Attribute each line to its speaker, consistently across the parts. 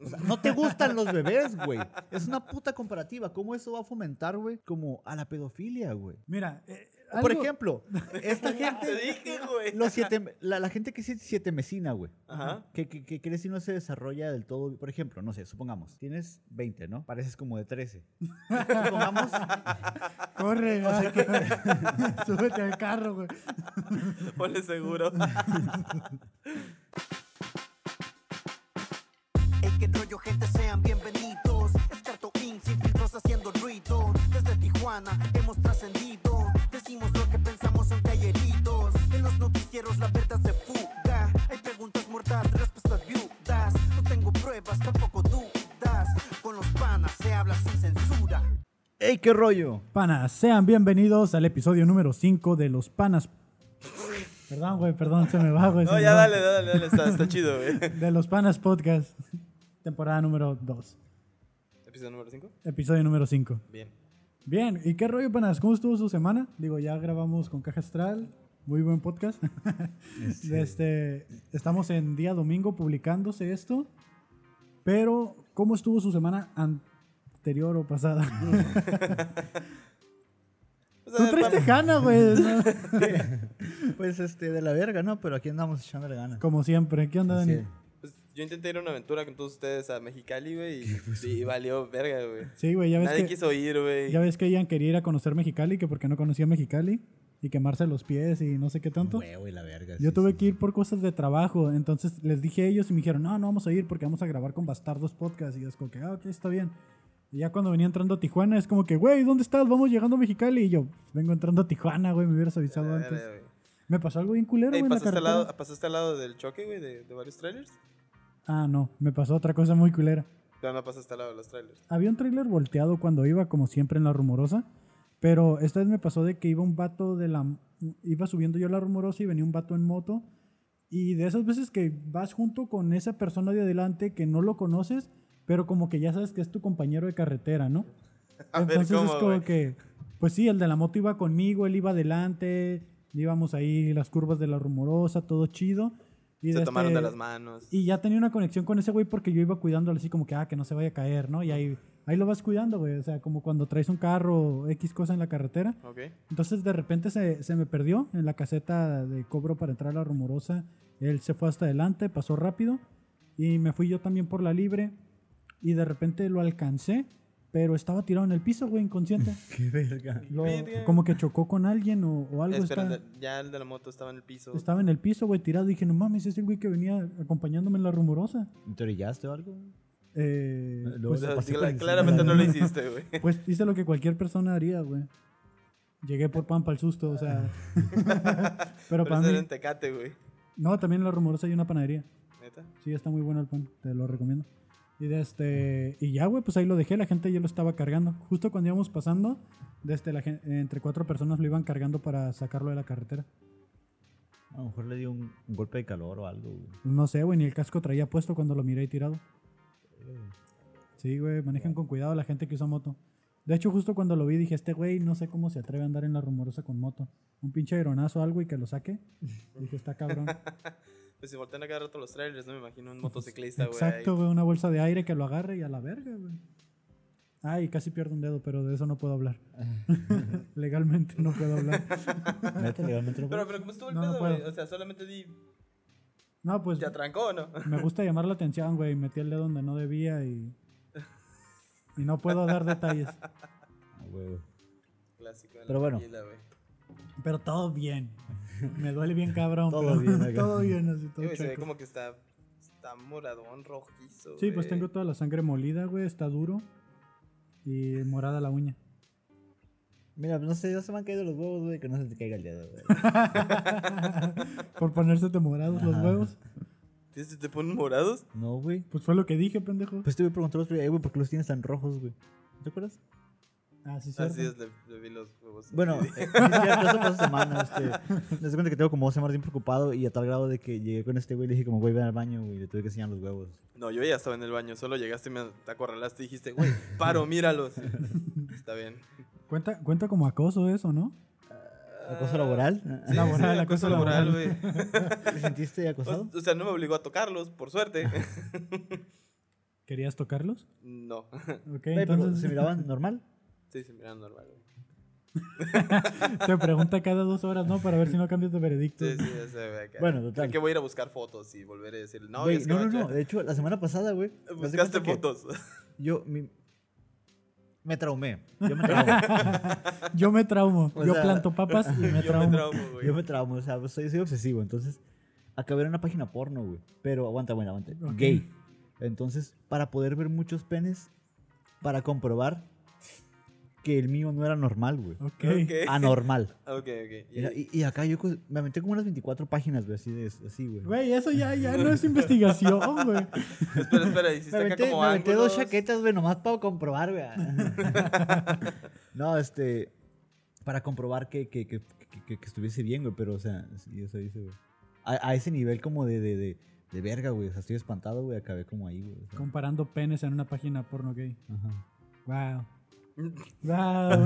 Speaker 1: O sea, no te gustan los bebés, güey. Es una puta comparativa. ¿Cómo eso va a fomentar, güey? Como a la pedofilia, güey.
Speaker 2: Mira, eh,
Speaker 1: O, Por
Speaker 2: algo-
Speaker 1: ejemplo, esta
Speaker 3: Te
Speaker 1: gente,
Speaker 3: dije, güey.
Speaker 1: los siete, la, la gente que es siete mesina, güey.
Speaker 3: Ajá.
Speaker 1: Que, que, que crees y no se desarrolla del todo. Por ejemplo, no sé, supongamos, tienes 20, ¿no? Pareces como de 13. supongamos,
Speaker 2: Corre, va. súbete al carro, güey.
Speaker 3: Ponle seguro.
Speaker 4: Hey, qué rollo, gente, sean bienvenidos. Es Carto Inc, sin filtros haciendo ruido. Desde Tijuana hemos trascendido. Decimos lo que pensamos en galleritos. En los noticieros la verdad se fuga. Hay preguntas mortales, respuestas viudas. No tengo pruebas, tampoco dudas. Con los panas se habla sin censura.
Speaker 1: ¡ey, qué rollo!
Speaker 2: Panas, sean bienvenidos al episodio número 5 de Los Panas. Perdón, güey, perdón, se me va, güey. se
Speaker 3: No,
Speaker 2: me
Speaker 3: ya
Speaker 2: va.
Speaker 3: dale, dale, dale. Está, está chido, güey.
Speaker 2: De Los Panas Podcast, temporada número 2,
Speaker 3: Episodio número 5.
Speaker 2: episodio número 5.
Speaker 3: Bien.
Speaker 2: Bien, ¿y qué rollo, Panas? ¿Cómo estuvo su semana? Digo, ya grabamos con Caja Astral, muy buen podcast. Este, estamos en día domingo publicándose esto, pero ¿cómo estuvo su semana anterior o pasada?
Speaker 3: O
Speaker 2: Tú
Speaker 3: sea,
Speaker 2: traes
Speaker 3: tam-
Speaker 2: gana, güey. ¿no?
Speaker 1: Pues este, de la verga, ¿no? Pero aquí andamos echándole ganas.
Speaker 2: Como siempre, ¿qué onda,
Speaker 1: Así
Speaker 2: Dani?
Speaker 1: es.
Speaker 3: pues, yo intenté ir a una aventura con todos ustedes a Mexicali, güey. Y, y valió verga, güey.
Speaker 2: Sí, güey, ya ves
Speaker 3: Nadie
Speaker 2: que...
Speaker 3: quiso ir, güey.
Speaker 2: Ya ves que Ian quería ir a conocer Mexicali, que porque no conocía Mexicali, y quemarse los pies y no sé qué tanto.
Speaker 1: Huevo y la verga.
Speaker 2: Yo
Speaker 1: sí,
Speaker 2: tuve
Speaker 1: sí.
Speaker 2: que ir por cosas de trabajo, entonces les dije a ellos y me dijeron, no, no vamos a ir porque vamos a grabar con Bastardos Podcast. Y yo es como que, ah, ok, está bien. Y ya cuando venía entrando a Tijuana, es como que, güey, ¿dónde estás? Vamos llegando a Mexicali. Y yo, vengo entrando a Tijuana, güey, me hubieras avisado
Speaker 3: Verga,
Speaker 2: antes.
Speaker 3: güey.
Speaker 2: Me pasó algo bien culero,
Speaker 3: Ey,
Speaker 2: güey, en la
Speaker 3: ¿pasaste, al
Speaker 2: carretera.
Speaker 3: lado, ¿Pasaste al lado del choque, güey, de, de varios trailers?
Speaker 2: Ah, no, me pasó otra cosa muy culera.
Speaker 3: No, no pasaste al lado de los trailers.
Speaker 2: Había un trailer volteado cuando iba, como siempre en la rumorosa. Pero esta vez me pasó de que iba un vato de la. Iba subiendo yo la rumorosa y venía un vato en moto. Y de esas veces que vas junto con esa persona de adelante que no lo conoces, pero como que ya sabes que es tu compañero de carretera, ¿no?
Speaker 3: A ver,
Speaker 2: Entonces
Speaker 3: ¿cómo,
Speaker 2: es como
Speaker 3: güey?
Speaker 2: que. Pues sí, el de la moto iba conmigo, él iba adelante. Íbamos ahí las curvas de la rumorosa, todo chido. Y
Speaker 3: Se tomaron de
Speaker 2: este-
Speaker 3: las manos.
Speaker 2: y ya tenía una conexión con ese güey porque yo iba cuidándolo así como que, ah, que no se vaya a caer, ¿no? Y ahí, ahí lo vas cuidando, güey. O sea, como cuando traes un carro o X cosa en la carretera.
Speaker 3: Ok.
Speaker 2: Entonces de repente se, se me perdió en la caseta de cobro para entrar a la rumorosa. Él se fue hasta adelante, pasó rápido. Y me fui yo también por la libre. Y de repente lo alcancé, pero estaba tirado en el piso, güey, inconsciente.
Speaker 1: Qué verga.
Speaker 2: Lo-
Speaker 3: Verga.
Speaker 2: como que chocó con alguien o, o algo.
Speaker 3: Espera,
Speaker 2: está-
Speaker 3: el de- ya el de la moto estaba en el piso.
Speaker 2: estaba en el piso, güey, tirado. Dije, no mames, es el güey que venía acompañándome en la rumorosa.
Speaker 1: ¿Te orillaste o algo?
Speaker 2: Eh,
Speaker 1: Lo-
Speaker 3: O
Speaker 2: pues,
Speaker 3: sea,
Speaker 1: pasé
Speaker 3: cla-
Speaker 1: por encima.
Speaker 3: claramente no lo hiciste, güey.
Speaker 2: pues hice lo que cualquier persona haría, güey. Llegué por pan para el susto, o sea. pero
Speaker 3: Pero
Speaker 2: para
Speaker 3: ese era
Speaker 2: mí.
Speaker 3: en Tecate, güey.
Speaker 2: No, también en la rumorosa hay una panadería.
Speaker 3: ¿Neta?
Speaker 2: Sí, está muy bueno el pan, te lo recomiendo. Y, de este, y ya, güey, pues ahí lo dejé, la gente ya lo estaba cargando. Justo cuando íbamos pasando, desde la gen- entre cuatro personas lo iban cargando para sacarlo de la carretera.
Speaker 1: A lo mejor le dio un, un golpe de calor o algo, güey.
Speaker 2: No sé, güey, ni el casco traía puesto cuando lo miré y tirado. Sí, güey, manejen con cuidado la gente que usa moto. De hecho, justo cuando lo vi dije, este güey no sé cómo se atreve a andar en la rumorosa con moto. Un pinche aeronazo o algo y que lo saque. Dije, está cabrón.
Speaker 3: Pues si voltean a cada rato los trailers, no me imagino un motociclista, güey.
Speaker 2: Exacto, güey, una bolsa de aire que lo agarre y a la verga, güey. Ay, casi pierdo un dedo, pero de eso no puedo hablar. Legalmente no puedo hablar.
Speaker 1: Neta, legalmente no
Speaker 3: Pero, pero ¿cómo estuvo el
Speaker 2: No, no
Speaker 3: pedo, güey?
Speaker 2: puedo.
Speaker 3: o sea, solamente di...
Speaker 2: No, pues
Speaker 3: ¿Te atrancó o no?
Speaker 2: me gusta llamar la atención, güey. Metí el dedo donde no debía y... Y no puedo dar detalles.
Speaker 1: puedo. Ah, güey.
Speaker 3: Clásico. de la
Speaker 1: Pero bueno.
Speaker 3: tequila, güey.
Speaker 2: Pero todo bien. Me duele bien cabrón.
Speaker 1: Todo
Speaker 2: pero
Speaker 1: bien acá.
Speaker 2: Todo bien, así todo
Speaker 3: Sí, güey, se ve
Speaker 2: chueco.
Speaker 3: como que está, está moradón, rojizo,
Speaker 2: Sí, pues
Speaker 3: güey.
Speaker 2: tengo toda la sangre molida, güey. Está duro. Y morada la uña.
Speaker 1: Mira, no sé, ya se me han caído los huevos, güey, que no se te caiga el dedo, güey.
Speaker 2: Por ponérsete morados los
Speaker 1: Ajá.
Speaker 2: huevos.
Speaker 3: ¿Te, te- te ponen morados?
Speaker 1: No, güey.
Speaker 2: Pues fue lo que dije, pendejo.
Speaker 1: Pues te voy a preguntar otro día, eh, güey, ¿por qué los tienes tan rojos, güey? ¿Te acuerdas?
Speaker 2: Ah, sí, cierto.
Speaker 3: Así es, le, le vi los huevos.
Speaker 1: Bueno, eh, sí, es cierto, eso pasó semana, este. Me das cuenta que tengo como dos semanas bien preocupado y a tal grado de que llegué con este güey y le dije como, güey, ven al baño, güey, le tuve que enseñar los huevos.
Speaker 3: No, yo ya estaba en el baño, solo llegaste y me acorralaste y dijiste, güey, paro, míralos. Está bien.
Speaker 2: Cuenta, cuenta como acoso eso, ¿no?
Speaker 1: ¿Acoso laboral? Ah,
Speaker 3: Sí,
Speaker 2: Laboral,
Speaker 3: sí, acoso
Speaker 2: acoso
Speaker 3: laboral, güey.
Speaker 1: ¿Te sentiste acosado?
Speaker 3: O, o sea, no me obligó a tocarlos, por suerte.
Speaker 2: ¿Querías tocarlos?
Speaker 3: No.
Speaker 2: Ok,
Speaker 1: Güey, pero
Speaker 2: entonces
Speaker 1: ¿Se miraban normal?
Speaker 3: sí, se miran normal, güey.
Speaker 2: te pregunta cada dos horas, ¿no? Para ver si no cambias de veredicto.
Speaker 3: Sí, sí, ya se ve acá.
Speaker 1: Bueno, total.
Speaker 3: Creo que voy a ir a buscar fotos y volver a decir, no,
Speaker 1: Güey,
Speaker 3: es que
Speaker 1: no, no,
Speaker 3: bacha,
Speaker 1: no. De hecho, la semana pasada, güey. me di
Speaker 3: Buscaste
Speaker 1: cuenta que
Speaker 3: fotos.
Speaker 1: Yo mi- me traumé. Yo me traumo.
Speaker 2: Yo me traumo.
Speaker 1: O
Speaker 2: yo
Speaker 1: sea,
Speaker 2: planto papas y me
Speaker 3: Yo me
Speaker 2: traumo.
Speaker 3: traumo, güey.
Speaker 1: yo me traumo. O sea, pues, soy, soy obsesivo. Entonces, acabé en una página porno, güey. Pero aguanta, bueno, aguanta.
Speaker 2: Ok.
Speaker 1: Gay. Entonces, para poder ver muchos penes, para comprobar que el mío no era normal, güey.
Speaker 2: Ok.
Speaker 3: Ok.
Speaker 1: Anormal.
Speaker 3: Ok, ok. Y-
Speaker 1: Era- Y, y acá yo co- me aventé como unas 24 páginas, güey, así, de, así güey.
Speaker 2: Güey, eso ya, ya no es investigación, güey.
Speaker 3: Espera, espera,
Speaker 1: Me
Speaker 3: hiciste acá
Speaker 1: aventé,
Speaker 3: como
Speaker 1: me aventé dos
Speaker 3: ángulos.
Speaker 1: chaquetas, güey, nomás para comprobar, güey. no, este. Para comprobar que, que, que, que- que- que estuviese bien, güey, pero, o sea, sí, eso dice, güey. A, a ese nivel como de, de, de, de verga, güey. O sea, estoy espantado, güey, acabé como ahí, güey. o sea,
Speaker 2: Comparando penes en una página porno gay.
Speaker 1: ajá.
Speaker 2: Wow. Wow.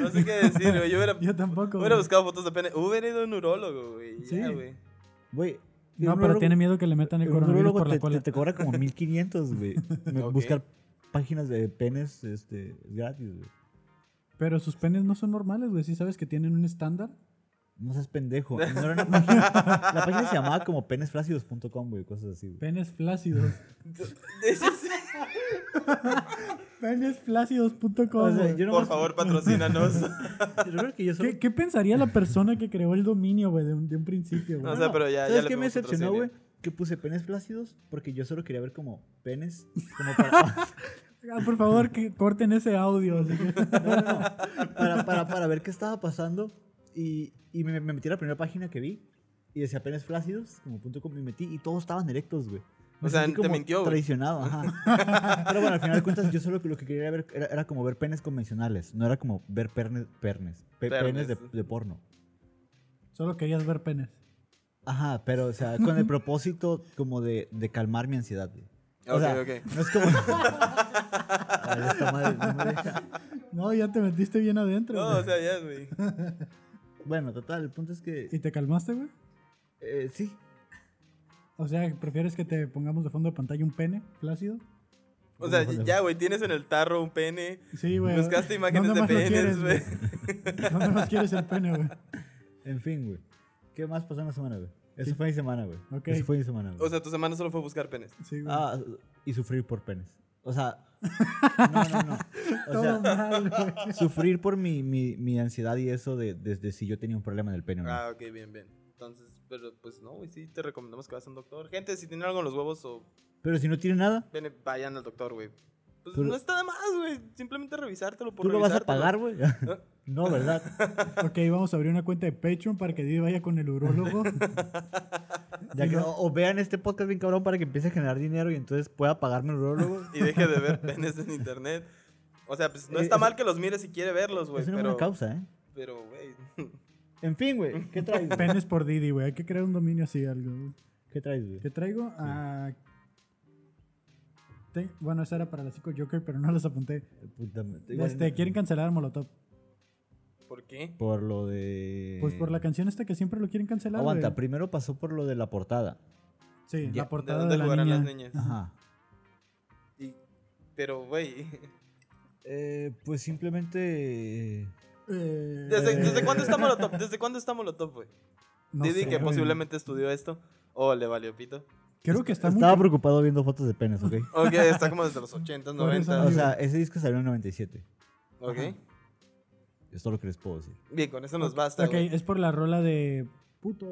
Speaker 3: No sé qué decir, güey. Yo hubiera,
Speaker 2: Yo tampoco.
Speaker 3: hubiera
Speaker 2: güey.
Speaker 3: buscado fotos de pene. Hubiera ido a un urólogo, güey.
Speaker 2: Sí.
Speaker 3: Ya, güey.
Speaker 1: Güey.
Speaker 2: No,
Speaker 1: un
Speaker 2: pero
Speaker 1: urólogo-
Speaker 2: tiene miedo que le metan el
Speaker 1: un
Speaker 2: coronavirus
Speaker 1: urólogo
Speaker 2: por la
Speaker 1: te, te-
Speaker 2: cola.
Speaker 1: te cobra como 1500, güey.
Speaker 3: Ok.
Speaker 1: Buscar páginas de penes este, gratis, güey.
Speaker 2: Pero sus penes no son normales, güey. Sí sabes que tienen un estándar.
Speaker 1: No seas pendejo. No era una página. La página se llamaba como penesflácidos.com, güey, cosas así, güey.
Speaker 2: Penes flácidos. Penesflácidos.com.
Speaker 1: O sea,
Speaker 2: güey.
Speaker 1: yo no
Speaker 3: Por favor, patrocínanos.
Speaker 1: Yo creo que yo solo-
Speaker 2: ¿Qué, qué pensaría la persona que creó el dominio, güey, de un, de un principio,
Speaker 3: No,
Speaker 2: güey?
Speaker 3: o sea, pero ya-
Speaker 1: ¿Sabes
Speaker 3: ya le
Speaker 1: qué me
Speaker 3: pedimos
Speaker 1: decepcionó, güey?
Speaker 3: patrocinio.
Speaker 1: Que puse penes flácidos porque yo solo quería ver como penes. Como para,
Speaker 2: Ah, por favor, que corten ese audio. así que-
Speaker 1: para, para, para ver qué estaba pasando. Y, y me, me metí a la primera página que vi. Y decía penes flácidos, como punto com. Me metí y todos estaban erectos, güey. Me
Speaker 3: O sea,
Speaker 1: sentí
Speaker 3: te
Speaker 1: como
Speaker 3: mintió, güey.
Speaker 1: Traicionado, ajá. Pero bueno, al final de cuentas, yo solo que lo que quería ver era, era como ver penes convencionales. No era como ver pernes, pernes, pe-
Speaker 3: Pernes.
Speaker 1: penes de- de porno.
Speaker 2: Solo querías ver penes.
Speaker 1: Ajá, pero, o sea, con el propósito como de, de calmar mi ansiedad, güey. O
Speaker 3: Ok,
Speaker 1: sea,
Speaker 3: ok.
Speaker 1: No es como. Ay, esta madre no me deja.
Speaker 2: No, ya te metiste bien adentro.
Speaker 3: No,
Speaker 2: güey.
Speaker 3: o sea, ya, güey.
Speaker 1: Bueno, total, el punto es que.
Speaker 2: ¿Y te calmaste, güey?
Speaker 1: eh, sí.
Speaker 2: O sea, ¿prefieres que te pongamos de fondo de pantalla un pene flácido?
Speaker 3: O sea, ya, güey, tienes en el tarro un pene.
Speaker 2: Sí, güey.
Speaker 3: Buscaste imágenes
Speaker 2: ¿Dónde
Speaker 3: de
Speaker 2: más lo
Speaker 3: penes,
Speaker 2: quieres,
Speaker 3: güey.
Speaker 2: ¿Dónde más quieres el pene, güey?
Speaker 1: En fin, güey. ¿Qué más pasó en la semana, güey? Eso fue mi semana, güey.
Speaker 2: Ok.
Speaker 1: Eso fue mi semana, güey.
Speaker 3: O sea, tu semana solo fue buscar penes.
Speaker 2: Sí, güey.
Speaker 1: Ah, y sufrir por penes. O sea. No, no, no. O
Speaker 2: Todo
Speaker 1: sea,
Speaker 2: mal, güey.
Speaker 1: sufrir por mi, mi, mi ansiedad y eso de, de- de si yo tenía un problema del pene o no.
Speaker 3: Ah, ok, bien, bien. Entonces, pero pues no, güey, sí te recomendamos que vayas a un doctor. Gente, si tienen algo en los huevos o
Speaker 1: Pero si no tiene nada,
Speaker 3: pene, vayan al doctor, güey. Pues
Speaker 1: Pero-
Speaker 3: no está de más, güey. Simplemente revisártelo por
Speaker 1: tú lo vas a pagar,
Speaker 3: revisártelo.
Speaker 1: güey. No, ¿verdad?
Speaker 2: Ok, vamos a abrir una cuenta de Patreon para que Didi vaya con el urólogo.
Speaker 1: Ya que- o, o vean este podcast bien cabrón para que empiece a generar dinero y entonces pueda pagarme el urólogo.
Speaker 3: Y deje de ver penes en internet. O sea, pues no
Speaker 1: Eh,
Speaker 3: está
Speaker 1: es-
Speaker 3: mal que los mires si quiere verlos, güey.
Speaker 1: es una
Speaker 3: Pero,
Speaker 1: buena causa, ¿eh?
Speaker 3: pero, güey.
Speaker 1: En fin, güey, ¿qué traes? güey?
Speaker 2: Penes por Didi, güey. Hay que crear un dominio así, algo. güey.
Speaker 1: ¿Qué traes, güey?
Speaker 2: ¿Qué traigo? Ah, te- bueno, esa era para la Psycho Joker, pero no los apunté.
Speaker 1: Puta madre, igual
Speaker 2: Este,
Speaker 1: no-
Speaker 2: quieren cancelar Molotov.
Speaker 3: ¿Por qué?
Speaker 1: Por lo de...
Speaker 2: Pues por la canción esta que siempre lo quieren cancelar.
Speaker 1: Eh. Aguanta,
Speaker 2: güey.
Speaker 1: primero pasó por lo de la portada.
Speaker 2: Sí,
Speaker 1: Ya.
Speaker 2: la portada de,
Speaker 3: ¿De dónde
Speaker 2: la
Speaker 3: jugarán
Speaker 2: niña.
Speaker 3: las niñas?
Speaker 1: Ajá.
Speaker 3: Y- pero, güey.
Speaker 1: Eh, pues simplemente...
Speaker 2: Eh,
Speaker 3: ¿Desde, ¿Desde cuándo está Molotov? ¿Desde cuándo está Molotov, güey?
Speaker 2: no
Speaker 3: Didi,
Speaker 2: sé,
Speaker 3: que
Speaker 2: güey.
Speaker 3: posiblemente estudió esto. O le valió pito.
Speaker 2: Creo que está
Speaker 1: Estaba
Speaker 2: muy.
Speaker 1: preocupado viendo fotos de penes, ¿ok?
Speaker 3: Ok, está como desde los 80,
Speaker 2: Por eso
Speaker 3: 90.
Speaker 1: o sea, ese disco salió en 97.
Speaker 3: Ok.
Speaker 1: Es todo lo que les puedo decir.
Speaker 3: Bien, con eso nos basta,
Speaker 2: Ok,
Speaker 3: güey.
Speaker 2: es por la rola de puto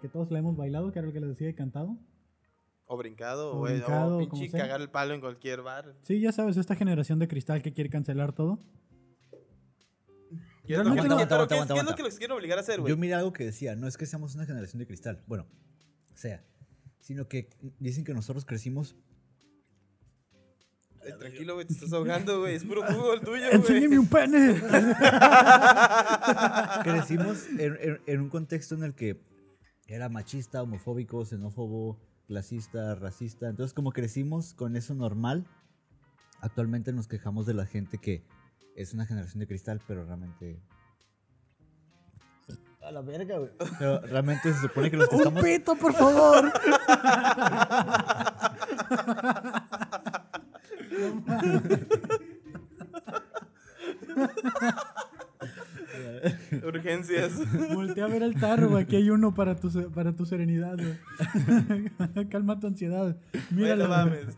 Speaker 2: que todos la hemos bailado, que era lo que les decía y cantado.
Speaker 3: O brincado,
Speaker 2: O
Speaker 3: güey.
Speaker 2: brincado,
Speaker 3: O pinche
Speaker 2: como sea.
Speaker 3: cagar el palo en cualquier bar.
Speaker 2: Sí, ya sabes, esta generación de cristal que quiere cancelar todo.
Speaker 3: ¿Qué es lo
Speaker 2: Realmente no-
Speaker 3: que-
Speaker 1: Aguanta,
Speaker 3: qué- pero
Speaker 1: aguanta,
Speaker 3: qué es
Speaker 1: aguanta,
Speaker 3: qué es
Speaker 1: aguanta.
Speaker 3: lo que los quieren obligar a hacer,
Speaker 1: Yo
Speaker 3: güey?
Speaker 1: miré algo que decía, no es que seamos una generación de cristal, bueno, sea, sino que dicen que nosotros crecimos...
Speaker 3: Eh, Tranquilo, güey, te estás ahogando, güey. Es puro jugo el tuyo,
Speaker 2: ¡Enséñeme
Speaker 3: güey.
Speaker 2: un pene!
Speaker 1: crecimos en, en- en un contexto en el que era machista, homofóbico, xenófobo, clasista, racista. Entonces, como crecimos con eso normal, actualmente nos quejamos de la gente que es una generación de cristal, pero realmente. A la verga, güey. Pero realmente se supone que los que
Speaker 2: ¡Un
Speaker 1: estamos.
Speaker 2: pito, por favor!
Speaker 3: Urgencias.
Speaker 2: Voltea a ver el tarro, güey. Aquí hay uno para tu, se- para tu serenidad, güey. Calma tu ansiedad.
Speaker 3: Mira,
Speaker 2: Míralo.
Speaker 3: no mames.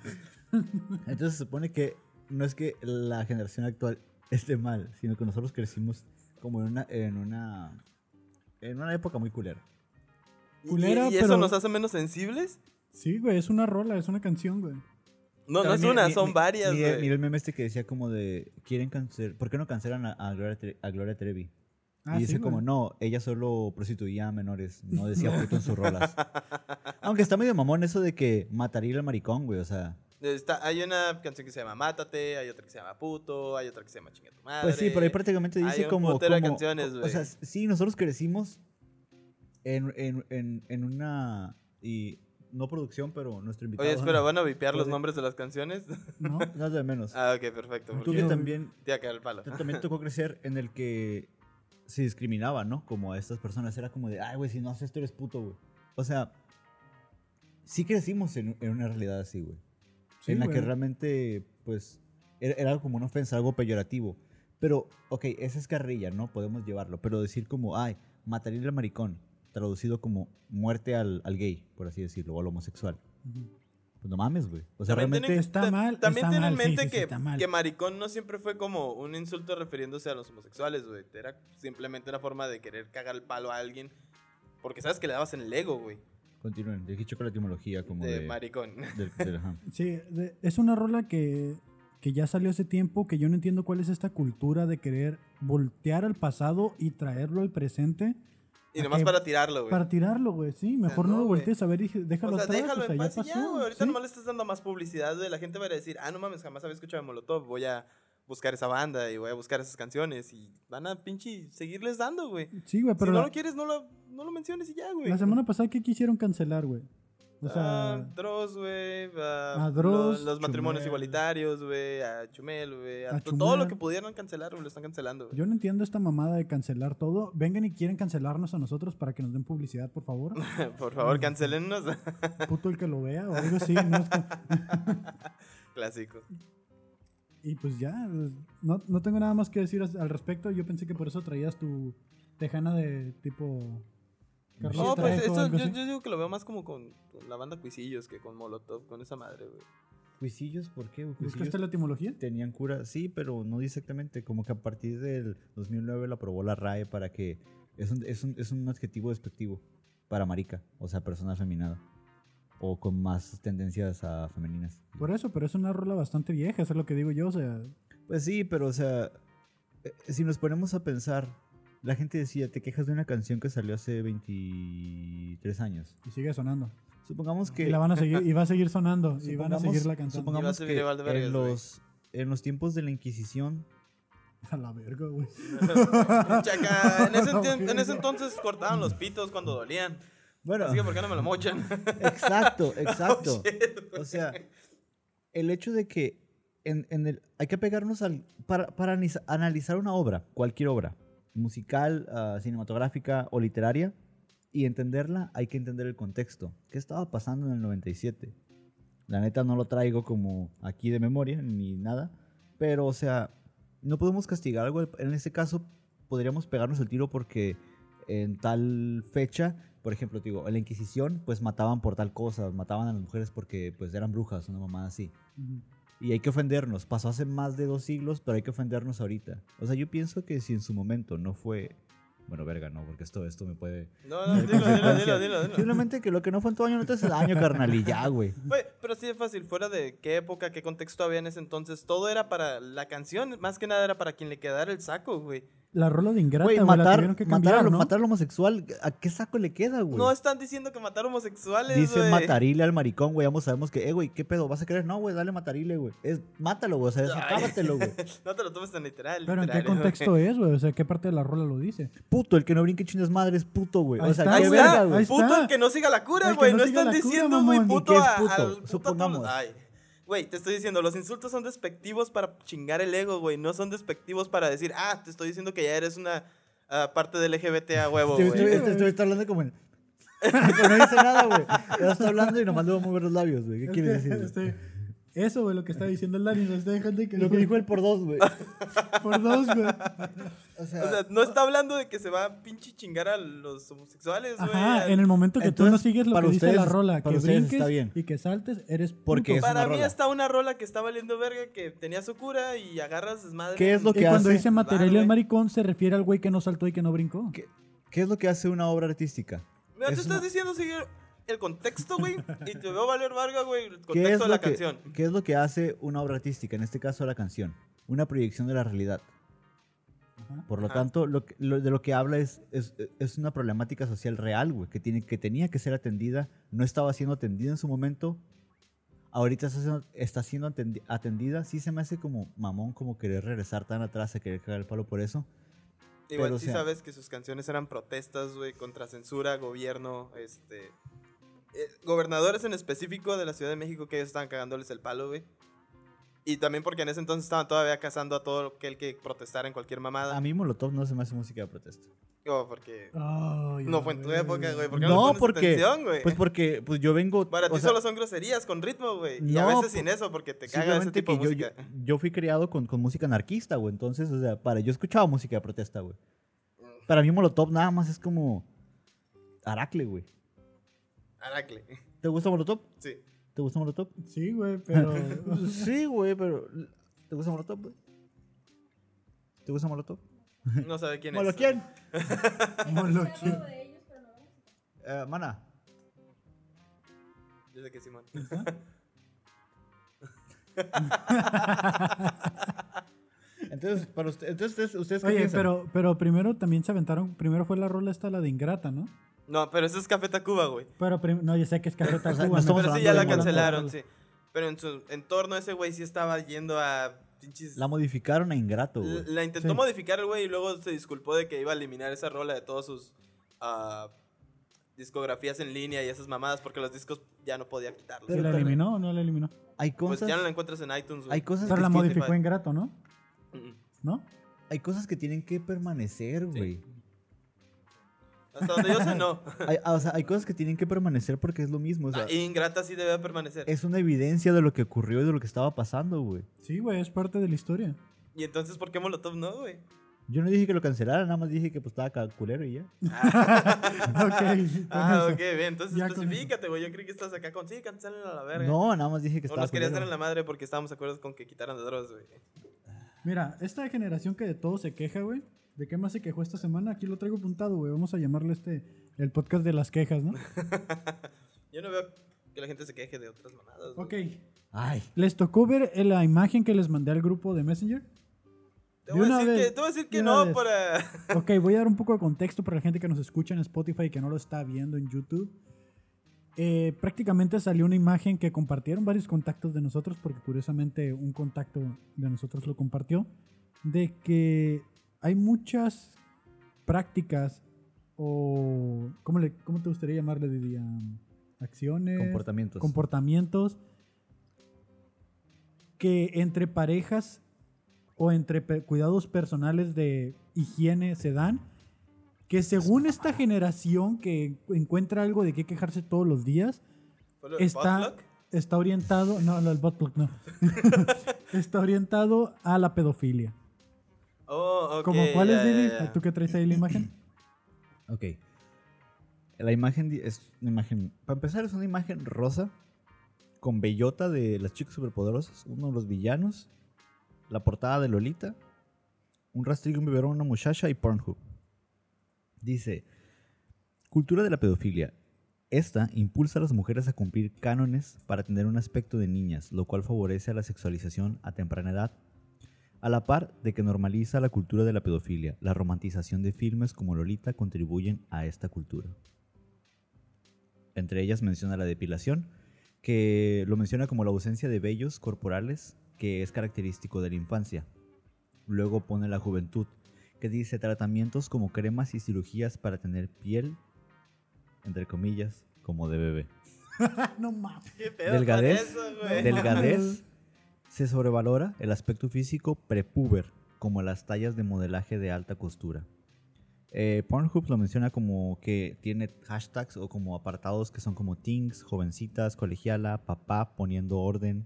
Speaker 1: Entonces se supone que no es que la generación actual esté mal, sino que nosotros crecimos como en una en una en una época muy culera.
Speaker 3: ¿Y-
Speaker 2: Culera,
Speaker 3: ¿Y, eso
Speaker 2: pero-
Speaker 3: nos hace menos sensibles?
Speaker 2: Sí, güey. Es una rola, es una canción, güey.
Speaker 3: No, no es
Speaker 1: Mira,
Speaker 3: una,
Speaker 1: mi-
Speaker 3: son
Speaker 1: mi-
Speaker 3: varias,
Speaker 1: Mira,
Speaker 3: güey.
Speaker 1: mira el meme este que decía como de quieren cancelar, ¿por qué no cancelan a, a Gloria, Tre- a Gloria Trevi?
Speaker 2: Ah,
Speaker 1: y
Speaker 2: sí,
Speaker 1: dice como,
Speaker 2: güey.
Speaker 1: no, ella solo prostituía a menores, no decía puto en sus rolas. Aunque está medio mamón eso de que mataría al maricón, güey, o sea.
Speaker 3: Está- hay una canción que se llama Mátate, hay otra que se llama Puto, hay otra que se llama Chinga tu madre.
Speaker 1: Pues sí, pero ahí prácticamente
Speaker 3: Hay
Speaker 1: dice
Speaker 3: un
Speaker 1: como.
Speaker 3: putero de
Speaker 1: como-
Speaker 3: canciones,
Speaker 1: o- O
Speaker 3: güey.
Speaker 1: sea, sí, nosotros crecimos en, en, en, en una. Y no producción, pero nuestro invitado.
Speaker 3: Oye, espera,
Speaker 1: no,
Speaker 3: ¿van a vipear los
Speaker 1: Puede-
Speaker 3: nombres de las canciones?
Speaker 2: ¿No?
Speaker 1: no es de menos.
Speaker 3: ah, ok, perfecto.
Speaker 1: Tú
Speaker 3: Porque
Speaker 1: que
Speaker 2: quiero-
Speaker 1: también,
Speaker 3: te va a caer el palo.
Speaker 1: te- también tocó crecer en el que se discriminaba, ¿no? Como a estas personas. Era como de, ay, güey, si no haces esto eres puto, güey. O sea, sí crecimos en, en una realidad así, güey.
Speaker 2: Sí,
Speaker 1: en la que
Speaker 2: güey.
Speaker 1: realmente, pues, era, era algo como una ofensa, algo peyorativo. Pero, ok, esa es carrilla, ¿no? Podemos llevarlo. Pero decir como, ay, mataría al maricón, traducido como muerte al, al gay, por así decirlo, o al homosexual.
Speaker 2: Ujú.
Speaker 1: Pues no mames, güey. O sea,
Speaker 3: También
Speaker 1: realmente.
Speaker 3: tienen-
Speaker 2: está
Speaker 3: ta-
Speaker 2: mal,
Speaker 3: También
Speaker 2: está
Speaker 3: ten en
Speaker 2: mal, sí,
Speaker 3: mente
Speaker 2: sí, sí,
Speaker 3: que,
Speaker 2: está mal.
Speaker 3: que maricón no siempre fue como un insulto refiriéndose a los homosexuales, güey. Era simplemente una forma de querer cagar el palo a alguien. Porque sabes que le dabas en el ego, güey.
Speaker 1: Continúen. Dije choco la etimología como
Speaker 3: De
Speaker 1: de.
Speaker 3: maricón.
Speaker 1: del- del- ajá.
Speaker 2: Sí, de- es una rola que, que ya salió hace tiempo, que yo no entiendo cuál es esta cultura de querer voltear al pasado y traerlo al presente
Speaker 3: Y nomás
Speaker 2: Ok.
Speaker 3: para tirarlo, güey.
Speaker 2: para tirarlo, güey. Sí,
Speaker 3: sea,
Speaker 2: mejor
Speaker 3: no,
Speaker 2: no lo
Speaker 3: güey.
Speaker 2: voltees a ver y déjalo
Speaker 3: O sea,
Speaker 2: atrás.
Speaker 3: déjalo
Speaker 2: o sea,
Speaker 3: en
Speaker 2: ya
Speaker 3: paz y
Speaker 2: pasó.
Speaker 3: ya, güey. Ahorita
Speaker 2: sí.
Speaker 3: nomás le estás dando más publicidad, güey. La gente va a decir, ah, no mames, jamás había escuchado de Molotov. Voy a buscar esa banda y voy a buscar esas canciones. Y van a pinche seguirles dando, güey.
Speaker 2: Sí, güey,
Speaker 3: Si
Speaker 2: pero
Speaker 3: no
Speaker 2: la,
Speaker 3: lo quieres, no lo, no lo menciones y ya, güey.
Speaker 2: la semana pasada, ¿qué quisieron cancelar, güey? O sea,
Speaker 3: a Ah, Dross, güey. A,
Speaker 2: a Dross,
Speaker 3: lo- los matrimonios
Speaker 2: Chumel.
Speaker 3: igualitarios, güey. A Chumel, güey. A
Speaker 2: A
Speaker 3: to- todo lo
Speaker 2: Chumel.
Speaker 3: que pudieran cancelar, güey, lo están cancelando, güey.
Speaker 2: yo no entiendo esta mamada de cancelar todo. Vengan y quieren cancelarnos a nosotros para que nos den publicidad, por favor.
Speaker 3: Por favor, cancelennos.
Speaker 2: Puto el que lo vea o algo así. ¿no? Es como-
Speaker 3: Clásico.
Speaker 2: Y pues ya, pues, no, no tengo nada más que decir as- al respecto. Yo pensé que por eso traías tu tejana de tipo... Carlos
Speaker 3: No, pues
Speaker 2: Trejo,
Speaker 3: eso
Speaker 2: algo
Speaker 3: yo,
Speaker 2: así.
Speaker 3: yo digo que lo veo más como con, con la banda Cuisillos que con Molotov, con esa madre, güey.
Speaker 1: Cuisillos, pues ¿por qué? güey? Cuisillos
Speaker 2: ¿Buscaste la etimología?
Speaker 1: tenían cura, sí, pero no dice exactamente. Como que a partir del 2009 lo aprobó la RAE para que. Es un, es un, es un adjetivo despectivo para marica, o sea, persona afeminada. O con más tendencias a femeninas.
Speaker 2: Por e-, eso, pero es una rola bastante vieja, eso es lo que digo yo. O sea,
Speaker 1: Pues sí, pero o sea, eh, si nos ponemos a pensar, la gente decía, te quejas de una canción que salió hace 23 años.
Speaker 2: y sigue sonando.
Speaker 1: Supongamos que...
Speaker 2: Ah, Y la van a seguir, y va a seguir sonando, y van a
Speaker 1: supongamos-
Speaker 2: seguirla cantando.
Speaker 3: Y va a
Speaker 1: Supongamos
Speaker 3: ser
Speaker 1: que
Speaker 3: Vivaldi Vargas,
Speaker 1: en
Speaker 3: güey.
Speaker 1: los, en los tiempos de la Inquisición...
Speaker 2: A la verga, güey.
Speaker 3: Chaca, en ese, entien- en ese entonces cortaban los pitos cuando dolían.
Speaker 1: Bueno,
Speaker 3: Así que, ¿por qué no me lo mochan? Oh,
Speaker 1: exacto, exacto.
Speaker 3: Shit, güey.
Speaker 1: O sea, el hecho de que en, en el, hay que pegarnos al. Para, para anis- analizar una obra, cualquier obra, musical, ah, cinematográfica o literaria, y entenderla, hay que entender el contexto. ¿Qué estaba pasando en el 97? La neta no lo traigo como aquí de memoria ni nada, pero o sea, no podemos castigar algo. En ese caso, podríamos pegarnos el tiro porque en tal fecha, por ejemplo, te digo, en la Inquisición, pues mataban por tal cosa, mataban a las mujeres porque pues eran brujas, una mamada así.
Speaker 2: Ujú.
Speaker 1: Y hay que ofendernos. Pasó hace más de dos siglos, pero hay que ofendernos ahorita. O sea, yo pienso que si en su momento no fue... Bueno, verga, no, porque esto, esto me puede...
Speaker 3: No, no, dilo, dilo, dilo, dilo, dilo.
Speaker 1: Simplemente que lo que no fue en tu año no te hace daño, carnal, y ya, güey.
Speaker 2: Ah,
Speaker 3: Güey, pero sí es fácil, fuera de qué época, qué contexto había en ese entonces, todo era para la canción, más que nada era para quien le quedara el saco, güey.
Speaker 2: La rola de Ingrata,
Speaker 1: Güey,
Speaker 2: güey, la
Speaker 1: matar,
Speaker 2: tuvieron que
Speaker 1: matar,
Speaker 2: cambiar,
Speaker 1: al-
Speaker 2: ¿no?
Speaker 1: matar al homosexual, ¿a qué saco le queda, güey?
Speaker 3: No están diciendo que matar homosexuales,
Speaker 1: Dice
Speaker 3: güey.
Speaker 1: matarile al maricón, güey. Vamos, sabemos que, eh, güey, ¿qué pedo? ¿Vas a querer? No, güey, dale matarile, güey. Es, mátalo, güey. O sea, es
Speaker 3: Ay.
Speaker 1: acábatelo, güey.
Speaker 3: No te lo tomes tan literal.
Speaker 2: Pero ¿en qué
Speaker 3: literal, güey.
Speaker 2: contexto es, güey? O sea, ¿qué parte de la rola lo dice?
Speaker 1: Puto, el que no brinque chingas madre es puto, güey.
Speaker 2: Ahí
Speaker 1: O sea,
Speaker 2: está,
Speaker 1: qué
Speaker 3: Ahí
Speaker 2: güey.
Speaker 1: verga,
Speaker 3: está,
Speaker 1: güey.
Speaker 2: ahí
Speaker 3: puto
Speaker 2: está.
Speaker 3: el que no siga la cura,
Speaker 2: El que
Speaker 3: güey.
Speaker 2: no
Speaker 3: No
Speaker 2: siga
Speaker 3: están
Speaker 2: la cura,
Speaker 3: diciendo,
Speaker 2: mamón.
Speaker 3: güey,
Speaker 2: ¿Y
Speaker 3: puto,
Speaker 1: qué es
Speaker 3: a-
Speaker 1: puto?
Speaker 3: al puto a
Speaker 1: Supongamos.
Speaker 3: todos. Ay, güey, te estoy diciendo, los insultos son despectivos para chingar el ego, güey. No son despectivos para decir, ah, te estoy diciendo que ya eres una ah, parte del LGBT a huevo,
Speaker 1: Estoy, estoy-
Speaker 3: güey.
Speaker 1: estoy- estoy- estoy hablando como en- que no dice nada, güey. Ya está hablando y nomás le voy a mover los labios, güey. ¿Qué
Speaker 2: Es
Speaker 1: quieres
Speaker 2: que,
Speaker 1: decir? güey?
Speaker 2: este, Eso, güey, lo que está diciendo el Dani. Nos está dejando que
Speaker 1: Lo que dijo él por dos, güey.
Speaker 2: por dos, güey.
Speaker 1: O sea,
Speaker 3: O sea, no está hablando de que se va a pinche chingar a los homosexuales, güey.
Speaker 2: Ajá, en el momento que tú
Speaker 1: Entonces,
Speaker 2: no sigues lo
Speaker 1: para
Speaker 2: que dice
Speaker 1: ustedes-
Speaker 2: la rola,
Speaker 1: para
Speaker 2: que
Speaker 1: ustedes
Speaker 2: brinques
Speaker 1: está bien.
Speaker 2: y que saltes, eres puto.
Speaker 1: Porque es una
Speaker 3: Para mí
Speaker 1: rola.
Speaker 3: hasta una rola que está valiendo verga que tenía su cura y agarras desmadre.
Speaker 1: ¿Qué es lo
Speaker 2: Y
Speaker 1: que
Speaker 2: cuando
Speaker 1: hace-
Speaker 2: dice material
Speaker 3: Vale.
Speaker 2: el maricón, se refiere al güey que no saltó y que no brincó.
Speaker 1: ¿Qué? ¿Qué es lo que hace una obra artística?
Speaker 3: Mira,
Speaker 1: es
Speaker 3: tú estás
Speaker 1: una-
Speaker 3: diciendo seguir el contexto, güey, y te veo valer verga, güey, el
Speaker 1: ¿Qué es
Speaker 3: contexto de la
Speaker 1: lo que-
Speaker 3: canción.
Speaker 1: ¿Qué es lo que hace una obra artística? En este caso, la canción. Una proyección de la realidad.
Speaker 2: Ajá.
Speaker 1: Por lo
Speaker 3: Ajá.
Speaker 1: tanto, lo que- lo- de lo que habla es, es, es una problemática social real, güey, que, tiene, que tenía que ser atendida, no estaba siendo atendida en su momento, ahorita está siendo, está siendo atendi- atendida, sí se me hace como mamón, como querer regresar tan atrás a querer cagar el palo por eso.
Speaker 3: Igual
Speaker 1: pero, o
Speaker 3: sí
Speaker 1: sea-
Speaker 3: sabes que sus canciones eran protestas, güey, contra censura, gobierno, este... eh, gobernadores en específico de la Ciudad de México que ellos estaban cagándoles el palo, güey. Y también porque en ese entonces estaban todavía cazando a todo aquel que protestara en cualquier mamada.
Speaker 1: A mí Molotov no se me hace música de protesta.
Speaker 3: Oh, porque...
Speaker 2: Ay,
Speaker 3: No fue en tu época, güey. ¿Por qué no,
Speaker 1: No,
Speaker 3: le pones
Speaker 1: porque-
Speaker 3: atención, güey?
Speaker 1: Pues porque pues yo vengo...
Speaker 3: Para
Speaker 1: o
Speaker 3: ti
Speaker 1: sea,
Speaker 3: solo son groserías con ritmo, güey. y a
Speaker 1: no,
Speaker 3: veces
Speaker 1: po-
Speaker 3: sin eso, porque te caga ese
Speaker 1: simplemente
Speaker 3: tipo de
Speaker 1: que yo,
Speaker 3: música.
Speaker 1: yo- yo fui criado con, con música anarquista, güey, entonces, o sea, para, yo escuchaba música de protesta, güey. Para mí Molotov nada más es como... Aracle, güey.
Speaker 3: Aracle.
Speaker 1: ¿Te gusta Molotov?
Speaker 3: Sí.
Speaker 1: ¿Te gusta Molotov?
Speaker 2: Sí, güey, pero. Pues
Speaker 1: Sí, güey, pero. ¿Te gusta Molotov, güey? ¿Te gusta Molotov?
Speaker 3: No sabe quién
Speaker 1: ¿Molo
Speaker 3: es. eh,
Speaker 1: quién?
Speaker 2: Moloquín.
Speaker 1: Eh, mana.
Speaker 3: Yo sé que es Simón.
Speaker 1: Entonces, para usted- entonces ustedes, ustedes qué
Speaker 2: Oye,
Speaker 1: piensan?
Speaker 2: pero, pero primero también se aventaron. Primero fue la rola esta, la de Ingrata, ¿no?
Speaker 3: No, pero eso es Café Tacuba, güey.
Speaker 2: Pero prim- no, yo sé que es Café
Speaker 1: sea,
Speaker 2: Tacuba,
Speaker 1: no
Speaker 2: ¿no?
Speaker 1: estamos
Speaker 3: Pero sí,
Speaker 1: hablando
Speaker 3: ya
Speaker 1: de
Speaker 3: la
Speaker 1: Molotov.
Speaker 3: cancelaron, sí. Pero en su entorno ese güey sí estaba yendo a pinches...
Speaker 1: La modificaron a ingrato,
Speaker 3: L-
Speaker 1: güey.
Speaker 3: La intentó
Speaker 2: Sí.
Speaker 3: modificar el güey y luego se disculpó de que iba a eliminar esa rola de todos sus ah, discografías en línea y esas mamadas porque los discos ya no podía quitarlos.
Speaker 2: ¿Se la
Speaker 1: Pero-
Speaker 2: eliminó o no la eliminó?
Speaker 1: Hay
Speaker 3: Pues
Speaker 1: cosas,
Speaker 3: ya no la encuentras en iTunes,
Speaker 1: hay
Speaker 3: güey.
Speaker 1: cosas,
Speaker 2: Pero la
Speaker 1: que,
Speaker 3: modi-
Speaker 1: tienen-
Speaker 2: modificó Ingrato, ¿no?
Speaker 3: Mm-mm.
Speaker 2: ¿No?
Speaker 1: hay cosas que tienen que permanecer, güey.
Speaker 3: Hasta donde yo sé, no.
Speaker 1: Hay- ah, o sea, hay cosas que tienen que permanecer porque es lo mismo. O sea,
Speaker 3: Ah, Ingrata sí debe
Speaker 2: eh,
Speaker 3: permanecer.
Speaker 1: es una evidencia de lo que ocurrió y de lo que estaba pasando, güey.
Speaker 2: Sí, güey, es parte de la historia.
Speaker 3: Y entonces, ¿por qué Molotov no, güey?
Speaker 1: Yo no dije que lo cancelaran, nada más dije que pues estaba ca- culero y ya.
Speaker 2: ok.
Speaker 3: Ah,
Speaker 2: con
Speaker 3: ok,
Speaker 2: eso.
Speaker 3: bien. Entonces,
Speaker 2: Ya con
Speaker 3: específicate, güey. Yo creí que estás acá con. Sí, cancelen a la verga.
Speaker 1: No, nada más dije que
Speaker 3: O
Speaker 1: estaba
Speaker 3: nos querías dar
Speaker 1: culero.
Speaker 3: en la madre porque estábamos de acuerdo con que quitaran las drogas, güey.
Speaker 2: Mira, esta generación que de todo se queja, güey. ¿De qué más se quejó esta semana? Aquí lo traigo apuntado, güey. Vamos a llamarle este el podcast de las quejas, ¿no?
Speaker 3: Yo no veo que la gente se queje de otras mamadas. güey.
Speaker 2: Ok.
Speaker 1: Ay,
Speaker 2: ¿Les tocó ver la imagen que les mandé al grupo de Messenger?
Speaker 3: Te
Speaker 2: De
Speaker 3: voy, a
Speaker 2: una
Speaker 3: decir
Speaker 2: vez,
Speaker 3: que, te voy a decir que
Speaker 2: de
Speaker 3: no
Speaker 2: una vez.
Speaker 3: para.
Speaker 2: Ok, voy a dar un poco de contexto para la gente que nos escucha en Spotify y que no lo está viendo en YouTube. Eh, prácticamente salió una imagen que compartieron varios contactos de nosotros, porque curiosamente un contacto de nosotros lo compartió, de que hay muchas prácticas o... ¿Cómo, le, cómo te gustaría llamarle, diría?
Speaker 3: Eh,
Speaker 2: Acciones.
Speaker 1: comportamientos.
Speaker 2: comportamientos que entre parejas o entre pe- cuidados personales de higiene se dan, que según esta generación que encuentra algo de qué quejarse todos los días,
Speaker 3: ¿Fue lo del
Speaker 2: está,
Speaker 3: potluck?
Speaker 2: está orientado, no, no, el botplug no, está orientado a la pedofilia.
Speaker 3: Oh, ok.
Speaker 2: Como cuál es,
Speaker 3: ya, ya,
Speaker 2: Didi?
Speaker 3: ya.
Speaker 2: tú que traes ahí la imagen,
Speaker 1: Ok. La imagen di- es una imagen. Para empezar, es una imagen rosa. Con bellota de las chicas superpoderosas. Uno de los villanos. La portada de Lolita. Un rastrillo, un biberón, una muchacha y Pornhub. Dice: Cultura de la pedofilia. Esta impulsa a las mujeres a cumplir cánones para tener un aspecto de niñas, lo cual favorece a la sexualización a temprana edad a la par de que normaliza la cultura de la pedofilia, la romantización de filmes como Lolita contribuyen a esta cultura. Entre ellas menciona la depilación, que lo menciona como la ausencia de vellos corporales que es característico de la infancia. Luego pone la juventud, que dice tratamientos como cremas y cirugías para tener piel, entre comillas, como de bebé.
Speaker 2: no mames.
Speaker 3: ¿Qué pedo
Speaker 1: Delgadez,
Speaker 3: con eso, güey?
Speaker 1: Delgadez se sobrevalora el aspecto físico prepuber, como las tallas de modelaje de alta costura. Eh, Pornhub lo menciona como que tiene hashtags o como apartados que son como things, jovencitas, colegiala, papá, poniendo orden,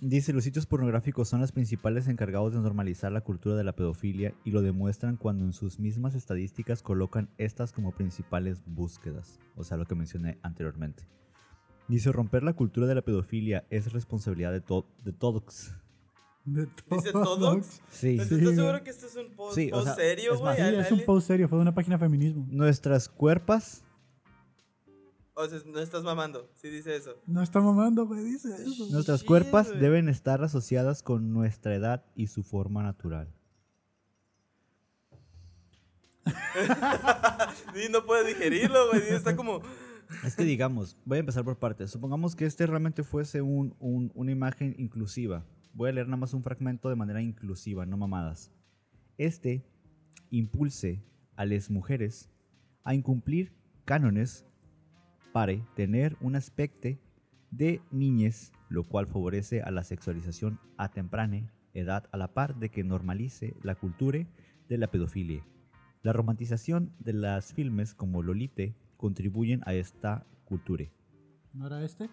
Speaker 1: Dice, los sitios pornográficos son los principales encargados de normalizar la cultura de la pedofilia y lo demuestran cuando en sus mismas estadísticas colocan estas como principales búsquedas, o sea, lo que mencioné anteriormente. Dice, romper la cultura de la pedofilia es responsabilidad de, to- de todos.
Speaker 2: De
Speaker 3: ¿Dice todos?
Speaker 1: Sí.
Speaker 2: Sí,
Speaker 3: Entonces, Pues, ¿Estás
Speaker 2: güey.
Speaker 3: seguro que esto es un post,
Speaker 1: Sí, o
Speaker 3: post
Speaker 1: sea,
Speaker 3: serio,
Speaker 1: es
Speaker 2: Sí,
Speaker 3: güey?
Speaker 1: más-
Speaker 3: Al-
Speaker 2: es un
Speaker 3: al-
Speaker 2: post serio, fue de una página de feminismo.
Speaker 1: Nuestras cuerpas
Speaker 3: O sea, no estás mamando. Sí dice eso.
Speaker 2: No está mamando, güey, dice eso.
Speaker 3: No.
Speaker 1: Nuestras
Speaker 3: Shit,
Speaker 1: cuerpas
Speaker 3: güey.
Speaker 1: deben estar asociadas con nuestra edad y su forma natural.
Speaker 3: Y no puede digerirlo, güey. Y Está como...
Speaker 1: Es que digamos, voy a empezar por partes. Supongamos que este realmente fuese un- un- una imagen inclusiva. Voy a leer nada más un fragmento de manera inclusiva, no mamadas. Este impulse a las mujeres a incumplir cánones para tener un aspecto de niñez, lo cual favorece a la sexualización a temprana edad a la par de que normalice la cultura de la pedofilia. La romantización de las filmes como Lolite contribuyen a esta cultura.
Speaker 2: ¿No era este?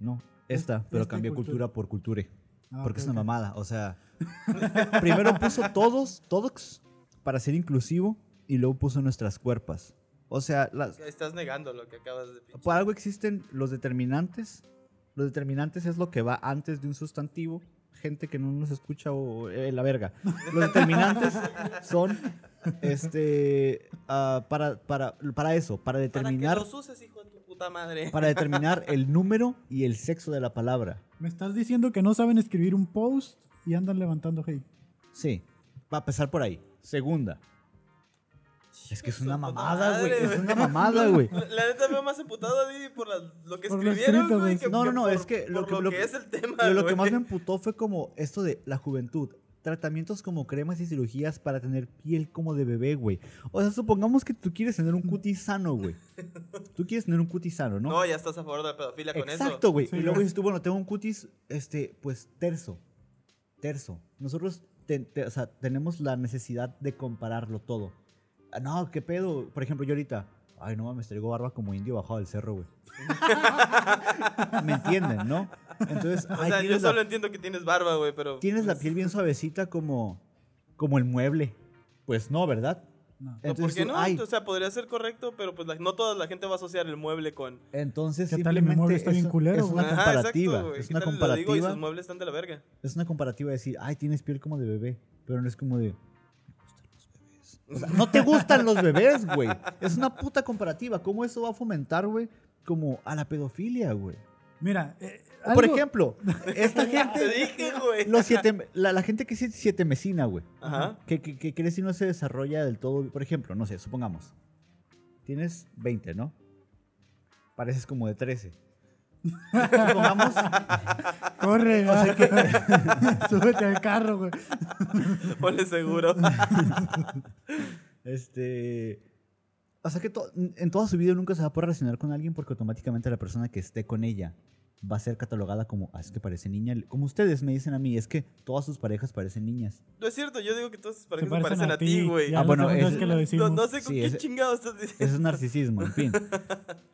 Speaker 1: No, esta,
Speaker 2: Este-
Speaker 1: pero
Speaker 2: este
Speaker 1: cambié
Speaker 2: cultura.
Speaker 1: cultura por culture.
Speaker 2: Ah,
Speaker 1: porque
Speaker 2: ok,
Speaker 1: es una
Speaker 2: ok.
Speaker 1: mamada. O sea, primero puso todos, todos, para ser inclusivo, y luego puso nuestras cuerpas. O sea, las,
Speaker 3: Estás negando lo que acabas de... pinche-
Speaker 1: por algo existen los determinantes. Los determinantes es lo que va antes de un sustantivo. Gente que no nos escucha o eh, la verga. Los determinantes son este ah, para, para, para eso, para
Speaker 3: Para que
Speaker 1: determinar,
Speaker 3: los uses, hijo de tu puta madre.
Speaker 1: para determinar el número y el sexo de la palabra.
Speaker 2: Me estás diciendo que no saben escribir un post y andan levantando hate.
Speaker 1: Sí, va a empezar por ahí. Segunda. Es que es una mamada, güey.
Speaker 3: madre,
Speaker 1: Es una mamada, güey.
Speaker 3: La la neta veo más emputado a Didi por la- lo que
Speaker 2: Por lo
Speaker 3: escribieron,
Speaker 2: escrito,
Speaker 3: güey.
Speaker 2: güey.
Speaker 3: que-
Speaker 1: No, no, no,
Speaker 3: por-
Speaker 1: es que
Speaker 3: por
Speaker 1: lo
Speaker 3: lo,
Speaker 1: que-
Speaker 3: que,
Speaker 1: lo que-
Speaker 3: es el tema,
Speaker 1: Pero lo que más
Speaker 3: güey.
Speaker 1: me emputó fue como esto de la juventud. Tratamientos como cremas y cirugías para tener piel como de bebé, güey. O sea, supongamos que tú quieres tener un cutis sano, güey. Tú quieres tener un cutis sano, ¿no?
Speaker 3: No, ya estás a favor de la pedofilia con eso.
Speaker 1: Exacto, güey.
Speaker 2: Sí.
Speaker 1: y luego dices tú, bueno, tengo un cutis, este, pues, terso. Terso. Nosotros te- te- o sea, tenemos la necesidad de compararlo todo. Ah, No, ¿qué pedo? Por ejemplo, yo ahorita, ay, no mames, traigo barba como indio bajado del cerro, güey. ¿Me entienden, no? Entonces,
Speaker 3: O
Speaker 1: ay,
Speaker 3: sea, yo
Speaker 1: tienes la-
Speaker 3: solo entiendo que tienes barba, güey, pero... pues,
Speaker 1: tienes la piel bien suavecita como, como el mueble. Pues no, ¿verdad?
Speaker 2: No.
Speaker 3: No, ¿Por qué
Speaker 1: tú,
Speaker 3: no?
Speaker 1: ay,
Speaker 3: O sea, podría ser correcto, pero pues la- no toda la gente va a asociar el mueble con...
Speaker 1: entonces
Speaker 2: ¿Qué tal y mi
Speaker 1: simplemente
Speaker 2: mueble está
Speaker 1: es,
Speaker 2: bien culero,
Speaker 1: es una
Speaker 2: güey?
Speaker 3: Ajá, exacto,
Speaker 1: comparativa.
Speaker 3: güey.
Speaker 1: es
Speaker 3: ¿Qué
Speaker 1: una
Speaker 3: tal lo digo?
Speaker 1: comparativa.
Speaker 3: Y sus muebles están de la verga.
Speaker 1: Es una comparativa de decir, ay, tienes piel como de bebé, pero no es como de... "Me gustan los bebés". O sea, no te gustan los bebés, güey. Es una puta comparativa. ¿Cómo eso va a fomentar, güey? Como a la pedofilia, güey.
Speaker 2: Mira, eh,
Speaker 1: O, Por
Speaker 2: algo-
Speaker 1: ejemplo, esta
Speaker 3: Te
Speaker 1: gente,
Speaker 3: dije, güey.
Speaker 1: los siete, la, la gente que es siete mesina, güey,
Speaker 3: Ajá.
Speaker 1: que, que, que crece y no se desarrolla del todo. Por ejemplo, no sé, supongamos, tienes 20, ¿no? Pareces como de 13. supongamos,
Speaker 2: Corre, súbete al carro, güey.
Speaker 3: Ponle seguro.
Speaker 1: Este. O sea que to- en toda su vida nunca se va a poder relacionar con alguien porque automáticamente la persona que esté con ella va a ser catalogada como, "Ah, es que parece niña. Como ustedes me dicen a mí, es que todas sus parejas parecen niñas.
Speaker 3: No es cierto, yo digo que todas sus
Speaker 2: Se
Speaker 3: parejas se parecen a ti, güey.
Speaker 2: ya
Speaker 1: Ah,
Speaker 2: la
Speaker 1: bueno,
Speaker 2: segunda
Speaker 1: es-
Speaker 2: vez que lo
Speaker 3: No-
Speaker 2: decimos.
Speaker 3: No, sé con
Speaker 1: Sí,
Speaker 3: qué
Speaker 1: ese-
Speaker 3: chingado estás diciendo.
Speaker 1: Eso es narcisismo, en fin.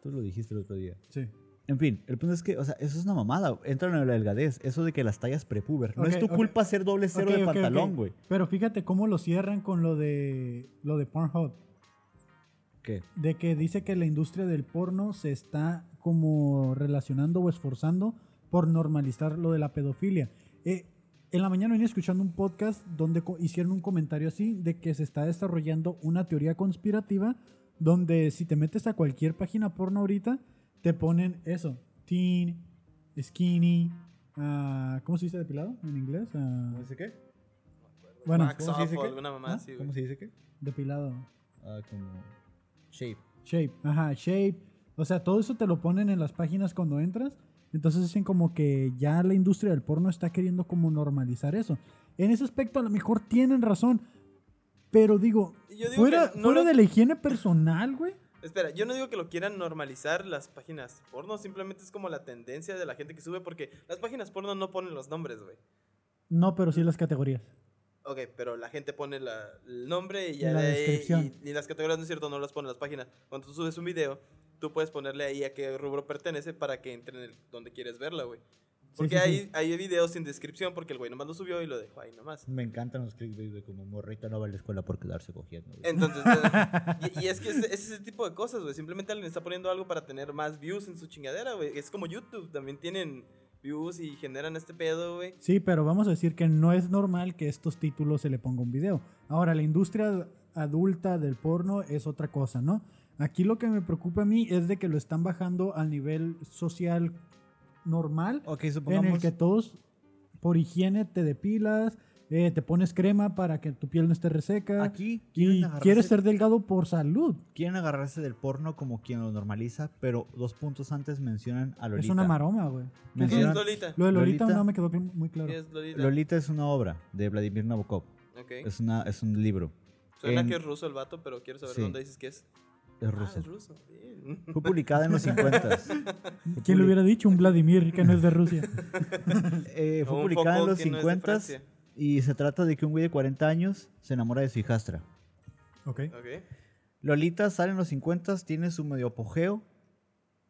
Speaker 1: Tú lo dijiste el otro día.
Speaker 2: Sí.
Speaker 1: En fin, el punto es que, o sea, eso es una mamada. Entra en la delgadez. Eso de que las tallas prepuber. No es
Speaker 2: Ok,
Speaker 1: tu
Speaker 2: ok.
Speaker 1: culpa ser doble cero
Speaker 2: Ok,
Speaker 1: de
Speaker 2: ok, ok.
Speaker 1: pantalón, güey.
Speaker 2: Pero fíjate cómo lo cierran con lo de lo de Pornhub,
Speaker 1: ¿Qué?
Speaker 2: de que dice que la industria del porno se está como relacionando o esforzando por normalizar lo de la pedofilia. Eh, en la mañana venía escuchando un podcast donde co- hicieron un comentario así de que se está desarrollando una teoría conspirativa donde si te metes a cualquier página porno ahorita te ponen eso, teen, skinny, ah, ¿cómo se dice depilado en inglés? Ah,
Speaker 1: dice qué?
Speaker 2: bueno,
Speaker 3: Max
Speaker 1: ¿cómo se
Speaker 3: off
Speaker 1: dice
Speaker 3: o
Speaker 1: que?
Speaker 3: alguna mamá
Speaker 2: ¿Ah?
Speaker 3: así, güey.
Speaker 1: se dice qué?
Speaker 2: depilado.
Speaker 1: Ah, como. Shape.
Speaker 2: Shape, ajá, shape. O sea, todo eso te lo ponen en las páginas cuando entras. Entonces dicen como que ya la industria del porno está queriendo como normalizar eso. En ese aspecto a lo mejor tienen razón. Pero digo,
Speaker 3: Yo digo
Speaker 2: fuera,
Speaker 3: que no
Speaker 2: fuera
Speaker 3: lo-
Speaker 2: de la higiene personal, güey.
Speaker 3: Espera, yo no digo que lo quieran normalizar las páginas porno, simplemente es como la tendencia de la gente que sube, porque las páginas porno no ponen los nombres, güey.
Speaker 2: No, pero sí las categorías.
Speaker 3: Ok, pero la gente pone la- el nombre y ya
Speaker 2: La
Speaker 3: de ahí-
Speaker 2: descripción.
Speaker 3: Y, y las categorías, no es cierto, no las ponen las páginas. Cuando tú subes un video, tú puedes ponerle ahí a qué rubro pertenece para que entre en el- donde quieres verla, güey. Porque
Speaker 2: sí,
Speaker 3: hay,
Speaker 2: sí.
Speaker 3: hay videos sin descripción porque el güey nomás lo subió y lo dejó ahí nomás.
Speaker 1: Me encantan los clickbait, güey, como morrita no va a la escuela por quedarse cogiendo, güey.
Speaker 3: Entonces, eh, y, y es que es, es ese tipo de cosas, güey. Simplemente alguien está poniendo algo para tener más views en su chingadera, güey. Es como YouTube, también tienen views y generan este pedo, güey.
Speaker 2: Sí, pero vamos a decir que no es normal que estos títulos se le ponga un video. Ahora, la industria adulta del porno es otra cosa, ¿no? Aquí lo que me preocupa a mí es de que lo están bajando al nivel social normal,
Speaker 1: Ok,
Speaker 2: en el
Speaker 1: supongamos.
Speaker 2: que todos por higiene te depilas, eh, te pones crema para que tu piel no esté reseca.
Speaker 1: Aquí quieren
Speaker 2: y
Speaker 1: agarrarse,
Speaker 2: quieres ser delgado por salud.
Speaker 1: quieren agarrarse del porno como quien lo normaliza, pero dos puntos antes mencionan a Lolita.
Speaker 2: Es una maroma, güey.
Speaker 1: Me-
Speaker 3: ¿Qué
Speaker 1: Mencionar-
Speaker 3: es Lolita?
Speaker 2: Lo de Lolita,
Speaker 1: Lolita.
Speaker 2: no me quedó cl- muy claro.
Speaker 3: ¿Qué es Lolita?
Speaker 1: Lolita es una obra de Vladimir Nabokov.
Speaker 3: Ok.
Speaker 1: Es, una, es un libro.
Speaker 3: Suena
Speaker 1: en-
Speaker 3: que es ruso el vato, pero quiero saber
Speaker 1: Sí.
Speaker 3: dónde dices que es.
Speaker 1: Es
Speaker 3: Ah,
Speaker 1: ruso.
Speaker 3: es ruso. bien.
Speaker 1: Fue publicada en los 50.
Speaker 2: ¿Quién lo hubiera dicho? Un Vladimir que no es de Rusia.
Speaker 1: Eh,
Speaker 3: O
Speaker 1: fue
Speaker 3: un
Speaker 1: publicada en
Speaker 3: Foucault
Speaker 1: los
Speaker 3: que no es de
Speaker 1: 50
Speaker 3: Francia.
Speaker 1: y se trata de que un güey de 40 años se enamora de su hijastra.
Speaker 2: ok.
Speaker 3: Ok.
Speaker 1: Lolita sale en los 50, tiene su medio apogeo,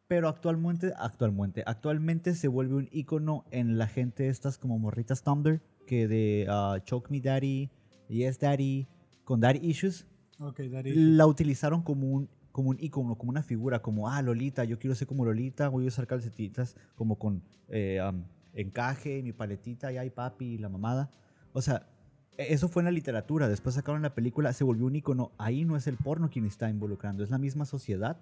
Speaker 1: pero actualmente, actualmente, actualmente se vuelve un icono en la gente estas como morritas Tumblr, que de ah, Choke Me Daddy, Yes Daddy, con Daddy Issues,
Speaker 2: Ok, Darío.
Speaker 1: la utilizaron como un como un ícono, como una figura, como, ah, Lolita, yo quiero ser como Lolita, voy a usar calcetitas como con eh, am, encaje, mi paletita, y ay, papi, y la mamada. O sea, e- eso fue en la literatura, después sacaron la película, se volvió un ícono, ahí no es el porno quien está involucrando, es la misma sociedad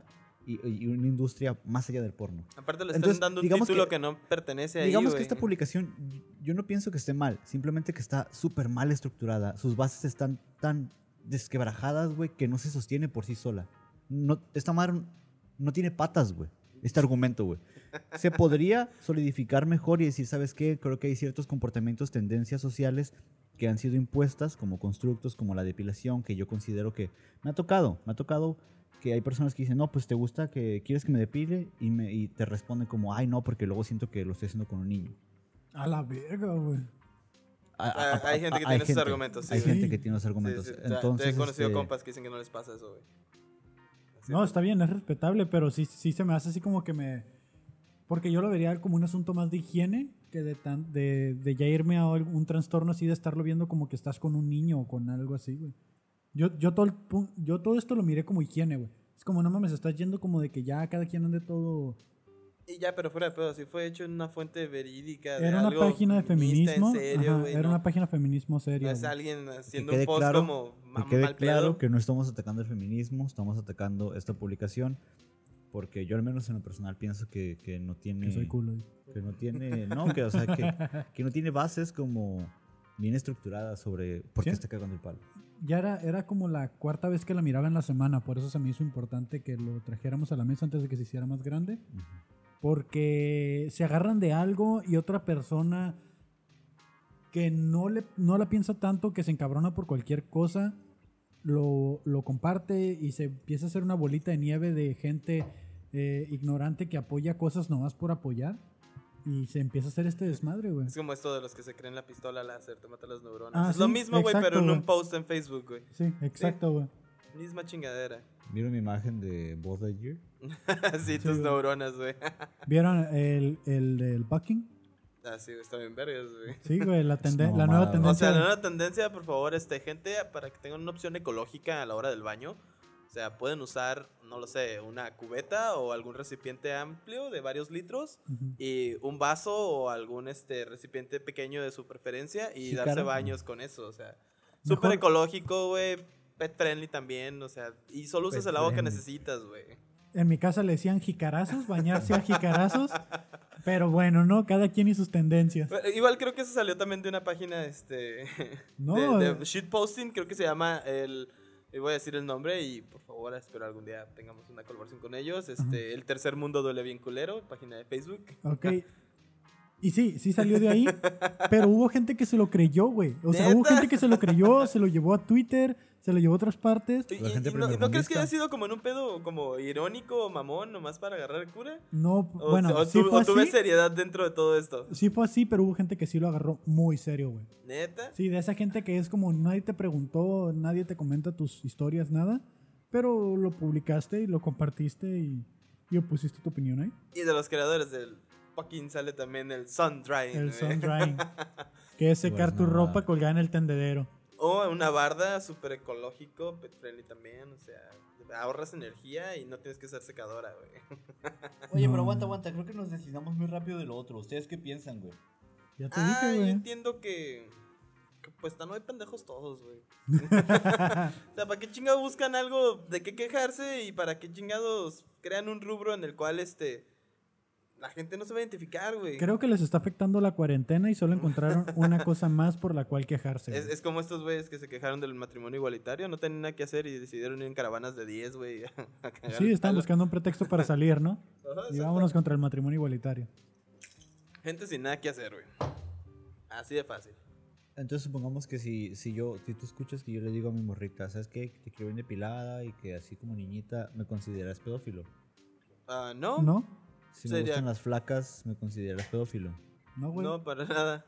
Speaker 1: y, y una industria más allá del porno.
Speaker 3: Aparte le
Speaker 1: Entonces,
Speaker 3: están dando un
Speaker 1: digamos
Speaker 3: título
Speaker 1: que-
Speaker 3: que, no pertenece a
Speaker 1: Digamos que esta publicación, y- yo no pienso que esté mal, simplemente que está súper mal estructurada. Sus bases están tan desquebrajadas, güey, que no se sostiene por sí sola. No, esta madre no tiene patas, güey. Este argumento, güey. Se podría solidificar mejor y decir, ¿sabes qué? Creo que hay ciertos comportamientos, tendencias sociales que han sido impuestas como constructos, como la depilación, que yo considero que me ha tocado, me ha tocado que hay personas que dicen, no, pues te gusta que quieres que me depile y, me, y te responden como, ay, no, porque luego siento que lo estoy haciendo con un niño.
Speaker 2: A la verga, güey.
Speaker 1: A-
Speaker 3: Ah,
Speaker 1: a-
Speaker 3: hay
Speaker 1: a-
Speaker 3: gente que
Speaker 1: a-
Speaker 3: tiene esos argumentos, sí,
Speaker 1: Hay
Speaker 2: güey.
Speaker 1: gente que tiene los argumentos.
Speaker 3: Entonces,
Speaker 1: Entonces,
Speaker 3: he conocido
Speaker 1: este,
Speaker 3: compas que dicen que no les pasa eso, güey. Así
Speaker 2: No,
Speaker 3: que-
Speaker 2: está bien, es respetable, pero sí, sí se me hace así como que me... Porque yo lo vería como un asunto más de higiene que de, tan, de, de ya irme a un trastorno así de estarlo viendo como que estás con un niño o con algo así, güey. Yo, yo, todo el pu- yo todo esto lo miré como higiene, güey. Es como, no mames, estás yendo como de que ya cada quien ande todo...
Speaker 3: Y ya, pero fuera de pedo, si fue hecho en una fuente verídica. de
Speaker 2: Era una
Speaker 3: algo
Speaker 2: página de
Speaker 3: feminista,
Speaker 2: feminismo.
Speaker 3: En serio,
Speaker 2: ajá,
Speaker 3: güey,
Speaker 2: era
Speaker 3: no,
Speaker 2: una página de feminismo
Speaker 3: no
Speaker 2: serio.
Speaker 3: es
Speaker 2: güey.
Speaker 3: alguien
Speaker 1: que
Speaker 3: haciendo un
Speaker 1: quede
Speaker 3: post
Speaker 1: claro,
Speaker 3: como ma-
Speaker 1: que quede
Speaker 3: mal
Speaker 1: claro
Speaker 3: pedo.
Speaker 1: que no estamos atacando el feminismo, estamos atacando esta publicación. Porque yo al menos en lo personal pienso que, que no tiene...
Speaker 2: Que soy culo. güey.
Speaker 1: que no tiene... No, que, o sea, que, que no tiene bases como bien estructuradas sobre por qué
Speaker 2: ¿Sí?
Speaker 1: está cagando el palo.
Speaker 2: Ya era, era como la cuarta vez que la miraba en la semana, por eso se me hizo importante que lo trajéramos a la mesa antes de que se hiciera más grande.
Speaker 1: Ujú.
Speaker 2: Porque se agarran de algo y otra persona que no, le, no la piensa tanto, que se encabrona por cualquier cosa, lo, lo comparte y se empieza a hacer una bolita de nieve de gente eh, ignorante que apoya cosas nomás por apoyar. Y se empieza a hacer este desmadre, güey.
Speaker 3: Es como esto de los que se creen la pistola láser, te mata las neuronas.
Speaker 2: Ah,
Speaker 3: es lo
Speaker 2: sí,
Speaker 3: mismo, güey,
Speaker 2: exacto,
Speaker 3: pero en
Speaker 2: güey.
Speaker 3: un post en Facebook, güey.
Speaker 2: Sí, exacto, güey.
Speaker 3: Misma chingadera.
Speaker 1: ¿Vieron mi imagen de Buzz Lightyear?
Speaker 3: Así tus
Speaker 2: güey.
Speaker 3: neuronas, güey.
Speaker 2: ¿Vieron el, el del Bucking?
Speaker 3: Así, Ah, güey, está bien vergas, güey.
Speaker 2: Sí, güey, la, tende-
Speaker 1: Es una
Speaker 2: la
Speaker 1: mamada, güey.
Speaker 2: nueva
Speaker 3: O
Speaker 2: tendencia.
Speaker 3: sea, la nueva tendencia, por favor, este, gente, para que tengan una opción ecológica a la hora del baño. O sea, pueden usar, no lo sé, una cubeta o algún recipiente amplio de varios litros
Speaker 2: Ujú.
Speaker 3: y un vaso o algún este recipiente pequeño de su preferencia y
Speaker 1: Sí,
Speaker 3: darse
Speaker 1: claro.
Speaker 3: baños con eso. O sea,
Speaker 2: Mejor-
Speaker 3: súper ecológico, güey. Pet friendly también, o sea, y solo usas
Speaker 1: Pet
Speaker 3: el agua que
Speaker 1: friendly.
Speaker 3: necesitas, güey.
Speaker 2: En mi casa le decían jicarazos, bañarse a jicarazos. Pero bueno, ¿no? Cada quien y sus tendencias.
Speaker 3: Pero Igual creo que eso salió también de una página este,
Speaker 2: No,
Speaker 3: de,
Speaker 2: eh.
Speaker 3: de shitposting, creo que se llama el... y voy a decir el nombre y por favor espero algún día tengamos una colaboración con ellos. Este, El tercer mundo duele bien culero, página de Facebook.
Speaker 2: Ok. Y sí, sí salió de ahí. Pero hubo gente que se lo creyó, güey. O sea, hubo
Speaker 3: ¿Neta?
Speaker 2: gente que se lo creyó, se lo llevó a Twitter, se lo llevó a otras partes.
Speaker 3: Y- y-
Speaker 1: La gente
Speaker 3: y no, y no crees que
Speaker 1: primermundista.
Speaker 3: haya sido como en un pedo como irónico o mamón nomás para agarrar el cura?
Speaker 2: No,
Speaker 3: O,
Speaker 2: bueno,
Speaker 3: o
Speaker 2: sí
Speaker 3: tu-
Speaker 2: fue
Speaker 3: o tuve
Speaker 2: así.
Speaker 3: seriedad dentro de todo esto.
Speaker 2: Sí fue así, pero hubo gente que sí lo agarró muy serio, güey.
Speaker 3: ¿Neta?
Speaker 2: Sí, de esa gente que es como nadie te preguntó, nadie te comenta tus historias, nada, pero lo publicaste y lo compartiste y, y pusiste tu opinión ahí.
Speaker 3: Y de los creadores del fucking sale también el eh. sun drying.
Speaker 2: El
Speaker 3: güey.
Speaker 2: sun drying. que es secar
Speaker 1: Pues
Speaker 2: tu
Speaker 1: no,
Speaker 2: ropa
Speaker 1: nada.
Speaker 2: colgada en el tendedero.
Speaker 3: O una barda súper ecológico, pet friendly también, o sea, ahorras energía y no tienes que ser secadora, güey.
Speaker 5: Oye,
Speaker 2: No.
Speaker 5: pero aguanta, aguanta. Creo que nos deslizamos muy rápido de lo otro. ¿Ustedes qué piensan, güey?
Speaker 2: Ya te
Speaker 3: Ah, yo
Speaker 2: dije, güey.
Speaker 3: entiendo que, que pues están hoy pendejos todos, güey. O sea, ¿para qué chingados buscan algo de qué quejarse y para qué chingados crean un rubro en el cual este la gente no se va a identificar, güey?
Speaker 2: Creo que les está afectando la cuarentena y solo encontraron una cosa más por la cual quejarse.
Speaker 3: Es,
Speaker 2: güey.
Speaker 3: es como estos güeyes que se quejaron del matrimonio igualitario, no tenían nada que hacer y decidieron ir en caravanas de 10, güey. a cagar
Speaker 2: sí,
Speaker 3: el
Speaker 2: están
Speaker 3: palo.
Speaker 2: buscando un pretexto para salir, ¿no?
Speaker 3: Ajá,
Speaker 2: Y
Speaker 3: exacto.
Speaker 2: vámonos contra el matrimonio igualitario.
Speaker 3: Gente sin nada que hacer, güey. Así de fácil.
Speaker 1: Entonces supongamos que si, si yo, si tú escuchas que yo le digo a mi morrita, ¿sabes qué? Que Te quiero bien depilada y que así como niñita me consideras pedófilo.
Speaker 3: Ah, no, no,
Speaker 2: ¿No?
Speaker 1: Si me
Speaker 3: Sería-
Speaker 1: gustan las flacas, me consideras pedófilo.
Speaker 2: No, güey.
Speaker 3: para nada.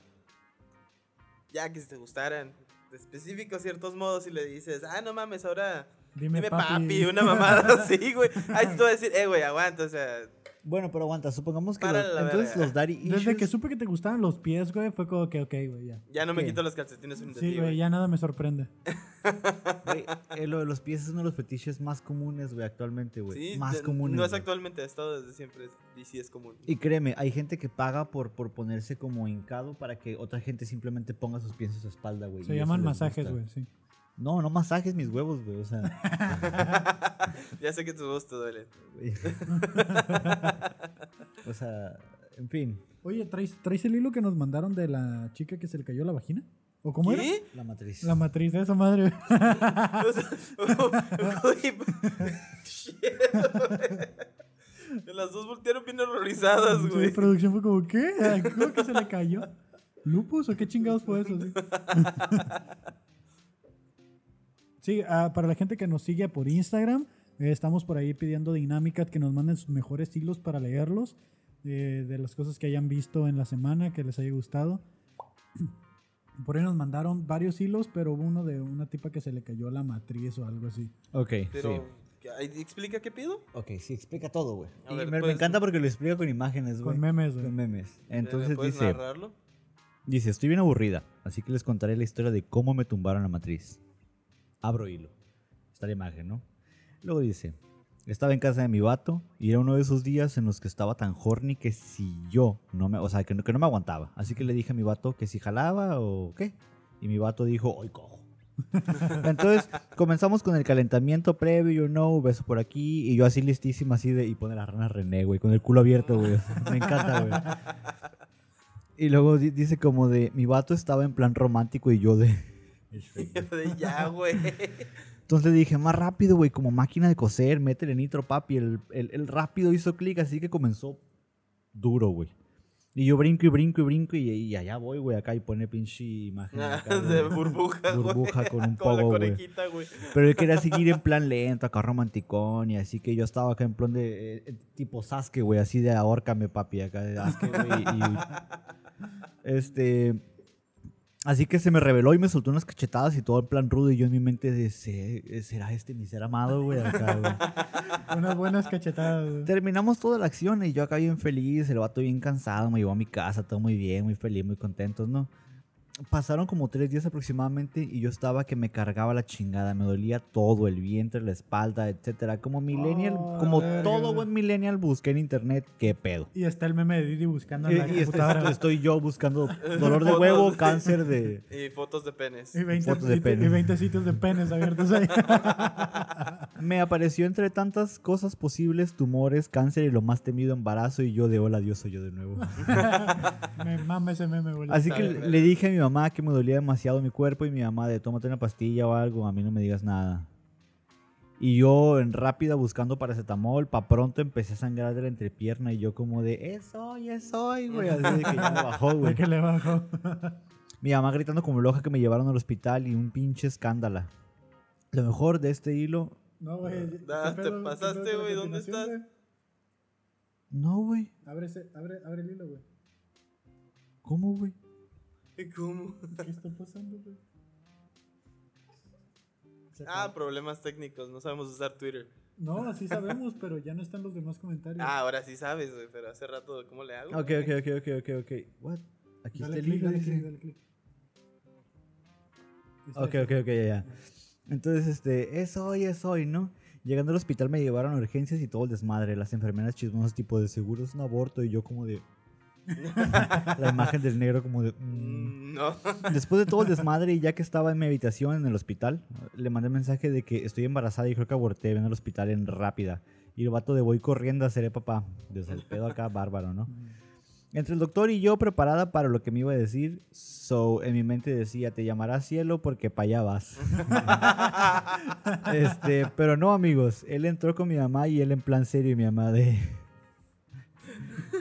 Speaker 3: Ya que si te gustaran, de específico ciertos modos, y le dices, ah, no mames, ahora
Speaker 2: Dime,
Speaker 3: dime, papi. una mamada así, güey. Ahí sí te voy a decir, eh, güey, aguanta, o sea,
Speaker 1: Bueno, pero aguanta, supongamos que
Speaker 3: Párale
Speaker 1: los-
Speaker 3: la
Speaker 1: entonces
Speaker 3: verga.
Speaker 1: los daddy
Speaker 2: Desde
Speaker 1: issues-
Speaker 2: que supe que te gustaban los pies, güey, fue como que, ok, güey, ya.
Speaker 3: ya no me
Speaker 1: ¿Qué?
Speaker 3: quito los calcetines frente a
Speaker 2: Sí,
Speaker 3: ti,
Speaker 2: güey,
Speaker 3: güey.
Speaker 2: ya nada me sorprende.
Speaker 1: Güey, eh, lo de los pies es uno de los fetiches más comunes, güey, actualmente, güey.
Speaker 3: Sí,
Speaker 1: más
Speaker 3: de-
Speaker 1: comunes.
Speaker 3: No es
Speaker 1: güey.
Speaker 3: actualmente, ha estado desde siempre, es- y sí es común.
Speaker 1: Y créeme, hay gente que paga por, por ponerse como hincado para que otra gente simplemente ponga sus pies en su espalda, güey.
Speaker 2: Se
Speaker 1: Pues, y eso
Speaker 2: llaman
Speaker 1: les
Speaker 2: masajes,
Speaker 1: gusta.
Speaker 2: güey, sí.
Speaker 1: No, no masajes mis huevos, güey. O sea,
Speaker 3: ya sé que tus voz te duele.
Speaker 1: güey. o sea, en fin,
Speaker 2: Oye, ¿traes, ¿traes el hilo que nos mandaron de la chica que se le cayó la vagina? ¿O cómo era?
Speaker 3: ¿Qué?
Speaker 1: la matriz.
Speaker 2: La matriz de esa madre.
Speaker 3: O sea, güey, shit, güey. Las dos voltearon bien horrorizadas,
Speaker 2: Sí,
Speaker 3: güey.
Speaker 2: producción fue como, ¿qué? ¿Cómo que se le cayó? ¿Lupus o qué chingados fue eso? Sí, Sí, ah, para la gente que nos sigue por Instagram, eh, estamos por ahí pidiendo dinámicas que nos manden sus mejores hilos para leerlos, eh, de las cosas que hayan visto en la semana, que les haya gustado. Por ahí nos mandaron varios hilos, pero hubo uno de una tipa que se le cayó la matriz o algo así.
Speaker 1: Ok, sí.
Speaker 3: Pero, ¿qué- ay, ¿explica qué pido?
Speaker 1: Ok, sí, explica todo, güey.
Speaker 3: A
Speaker 1: Y
Speaker 3: ver,
Speaker 1: me- me,
Speaker 3: pues-
Speaker 1: encanta porque lo explica con imágenes, güey.
Speaker 2: Con memes, güey.
Speaker 1: Con memes. Entonces
Speaker 3: Eh, ¿Puedes
Speaker 1: dice,
Speaker 3: narrarlo?
Speaker 1: dice, estoy bien aburrida, así que les contaré la historia de cómo me tumbaron la matriz. Abro hilo. Está la imagen, ¿no? Luego dice, estaba en casa de mi vato y era uno de esos días en los que estaba tan horny que si yo no me, o sea, que no, que no me aguantaba. Así que le dije a mi vato que si jalaba o qué. Y mi vato dijo, hoy cojo. Entonces comenzamos con el calentamiento previo, you know, beso por aquí. Y yo así listísima, así de, y pone la rana René, güey, con el culo abierto, güey. Me encanta, güey. Y luego di- dice como de, mi vato estaba en plan romántico y yo de...
Speaker 3: De ya, güey.
Speaker 1: Entonces le dije, más rápido, güey, como máquina de coser, métele nitro, papi. El, el- el rápido hizo clic, así que comenzó duro, güey. Y yo brinco y brinco y brinco y, y allá voy, güey, acá y pone pinche imagen. acá,
Speaker 3: Ah, De
Speaker 1: güey.
Speaker 3: burbuja, güey.
Speaker 1: Burbuja con un
Speaker 3: Como la
Speaker 1: pogo, güey.
Speaker 3: conejita, güey.
Speaker 1: Pero él quería seguir en plan lento, acá romanticón, y así que yo estaba acá en plan de eh, eh, tipo Sasuke, güey, así de ahórcame, papi, acá de Sasuke, güey. y- este. Así que se me reveló y me soltó unas cachetadas y todo en plan rudo. Y yo en mi mente de, "¿Se- ¿será este mi ser amado, güey? Acá, güey.
Speaker 2: Unas buenas cachetadas. güey.
Speaker 1: Terminamos toda la acción y yo acá bien feliz, el vato bien cansado, me llevó a mi casa, todo muy bien, muy feliz, muy contentos, ¿no? Pasaron como tres días aproximadamente y yo estaba que me cargaba la chingada, me dolía todo, el vientre, la espalda, etcétera. Como millennial,
Speaker 2: Oh,
Speaker 1: como
Speaker 2: verga.
Speaker 1: todo buen millennial busqué en internet, qué pedo.
Speaker 2: Y está el meme de Didi buscando
Speaker 1: Y,
Speaker 2: en la
Speaker 1: y este-
Speaker 2: computadora.
Speaker 1: estoy yo buscando dolor de huevo, cáncer de...
Speaker 3: Y fotos de penes.
Speaker 2: Y 20,
Speaker 1: Fotos de
Speaker 2: siti-
Speaker 1: pene.
Speaker 2: y 20 sitios de penes abiertos ahí.
Speaker 1: Me apareció entre tantas cosas posibles, tumores, cáncer y lo más temido, embarazo y yo de hola Dios soy yo de nuevo.
Speaker 2: me mama ese meme, güey.
Speaker 1: Así
Speaker 3: Está
Speaker 1: que
Speaker 3: bien,
Speaker 1: le-
Speaker 3: está
Speaker 1: le
Speaker 3: bien.
Speaker 1: dije a mi mamá que me dolía demasiado mi cuerpo y mi mamá de tómate una pastilla o algo, a mí no me digas nada. Y yo en rápida buscando paracetamol, pa pronto empecé a sangrar de la entrepierna y yo como de, es hoy, es hoy, güey. Así de que ya me bajó,
Speaker 2: De
Speaker 1: güey.
Speaker 2: que le bajó.
Speaker 1: Mi mamá gritando como loca que me llevaron al hospital y un pinche escándalo. Lo mejor de este hilo...
Speaker 2: No, güey. ¿qué
Speaker 3: Nah, te
Speaker 2: pedo? ¿Qué
Speaker 3: pasaste,
Speaker 2: pedo con la
Speaker 3: güey, ¿dónde
Speaker 2: continuación,
Speaker 3: estás?
Speaker 2: güey?
Speaker 1: No, güey.
Speaker 2: Abre, ese- abre, abre el hilo, güey.
Speaker 1: ¿Cómo, güey?
Speaker 3: ¿Cómo?
Speaker 2: ¿Qué está pasando, güey? Se
Speaker 3: Ah,
Speaker 2: acabó.
Speaker 3: problemas técnicos. No sabemos usar Twitter.
Speaker 2: No, así sabemos, pero ya no están los demás comentarios.
Speaker 3: Ah, ahora sí sabes, güey, pero hace rato, ¿cómo le hago?
Speaker 1: Ok, ok, ok, ok, ok, ok. What? Aquí está
Speaker 2: dale
Speaker 1: el
Speaker 2: clic,
Speaker 1: link.
Speaker 2: dale
Speaker 1: dice.
Speaker 2: clic, dale clic. Está
Speaker 1: Ok,
Speaker 2: ese.
Speaker 1: ok, ok, ya, ya. Entonces, este, es hoy, es hoy, ¿no? Llegando al hospital me llevaron a urgencias y todo el desmadre. Las enfermeras chismosas tipo de seguro es un aborto y yo como de... la imagen del negro como de... mm.
Speaker 3: Mm, No.
Speaker 1: Después de todo el desmadre y ya que estaba en mi habitación en el hospital, le mandé mensaje de que estoy embarazada y creo que aborté. Ven al hospital en rápida. Y el vato de voy corriendo a seré papá. Desde el pedo acá, bárbaro, ¿no?
Speaker 2: Mm.
Speaker 1: Entre el doctor y yo preparada para lo que me iba a decir, so en mi mente decía, te llamarás cielo porque para allá vas. este, pero no amigos, él entró con mi mamá y él en plan serio y mi mamá de...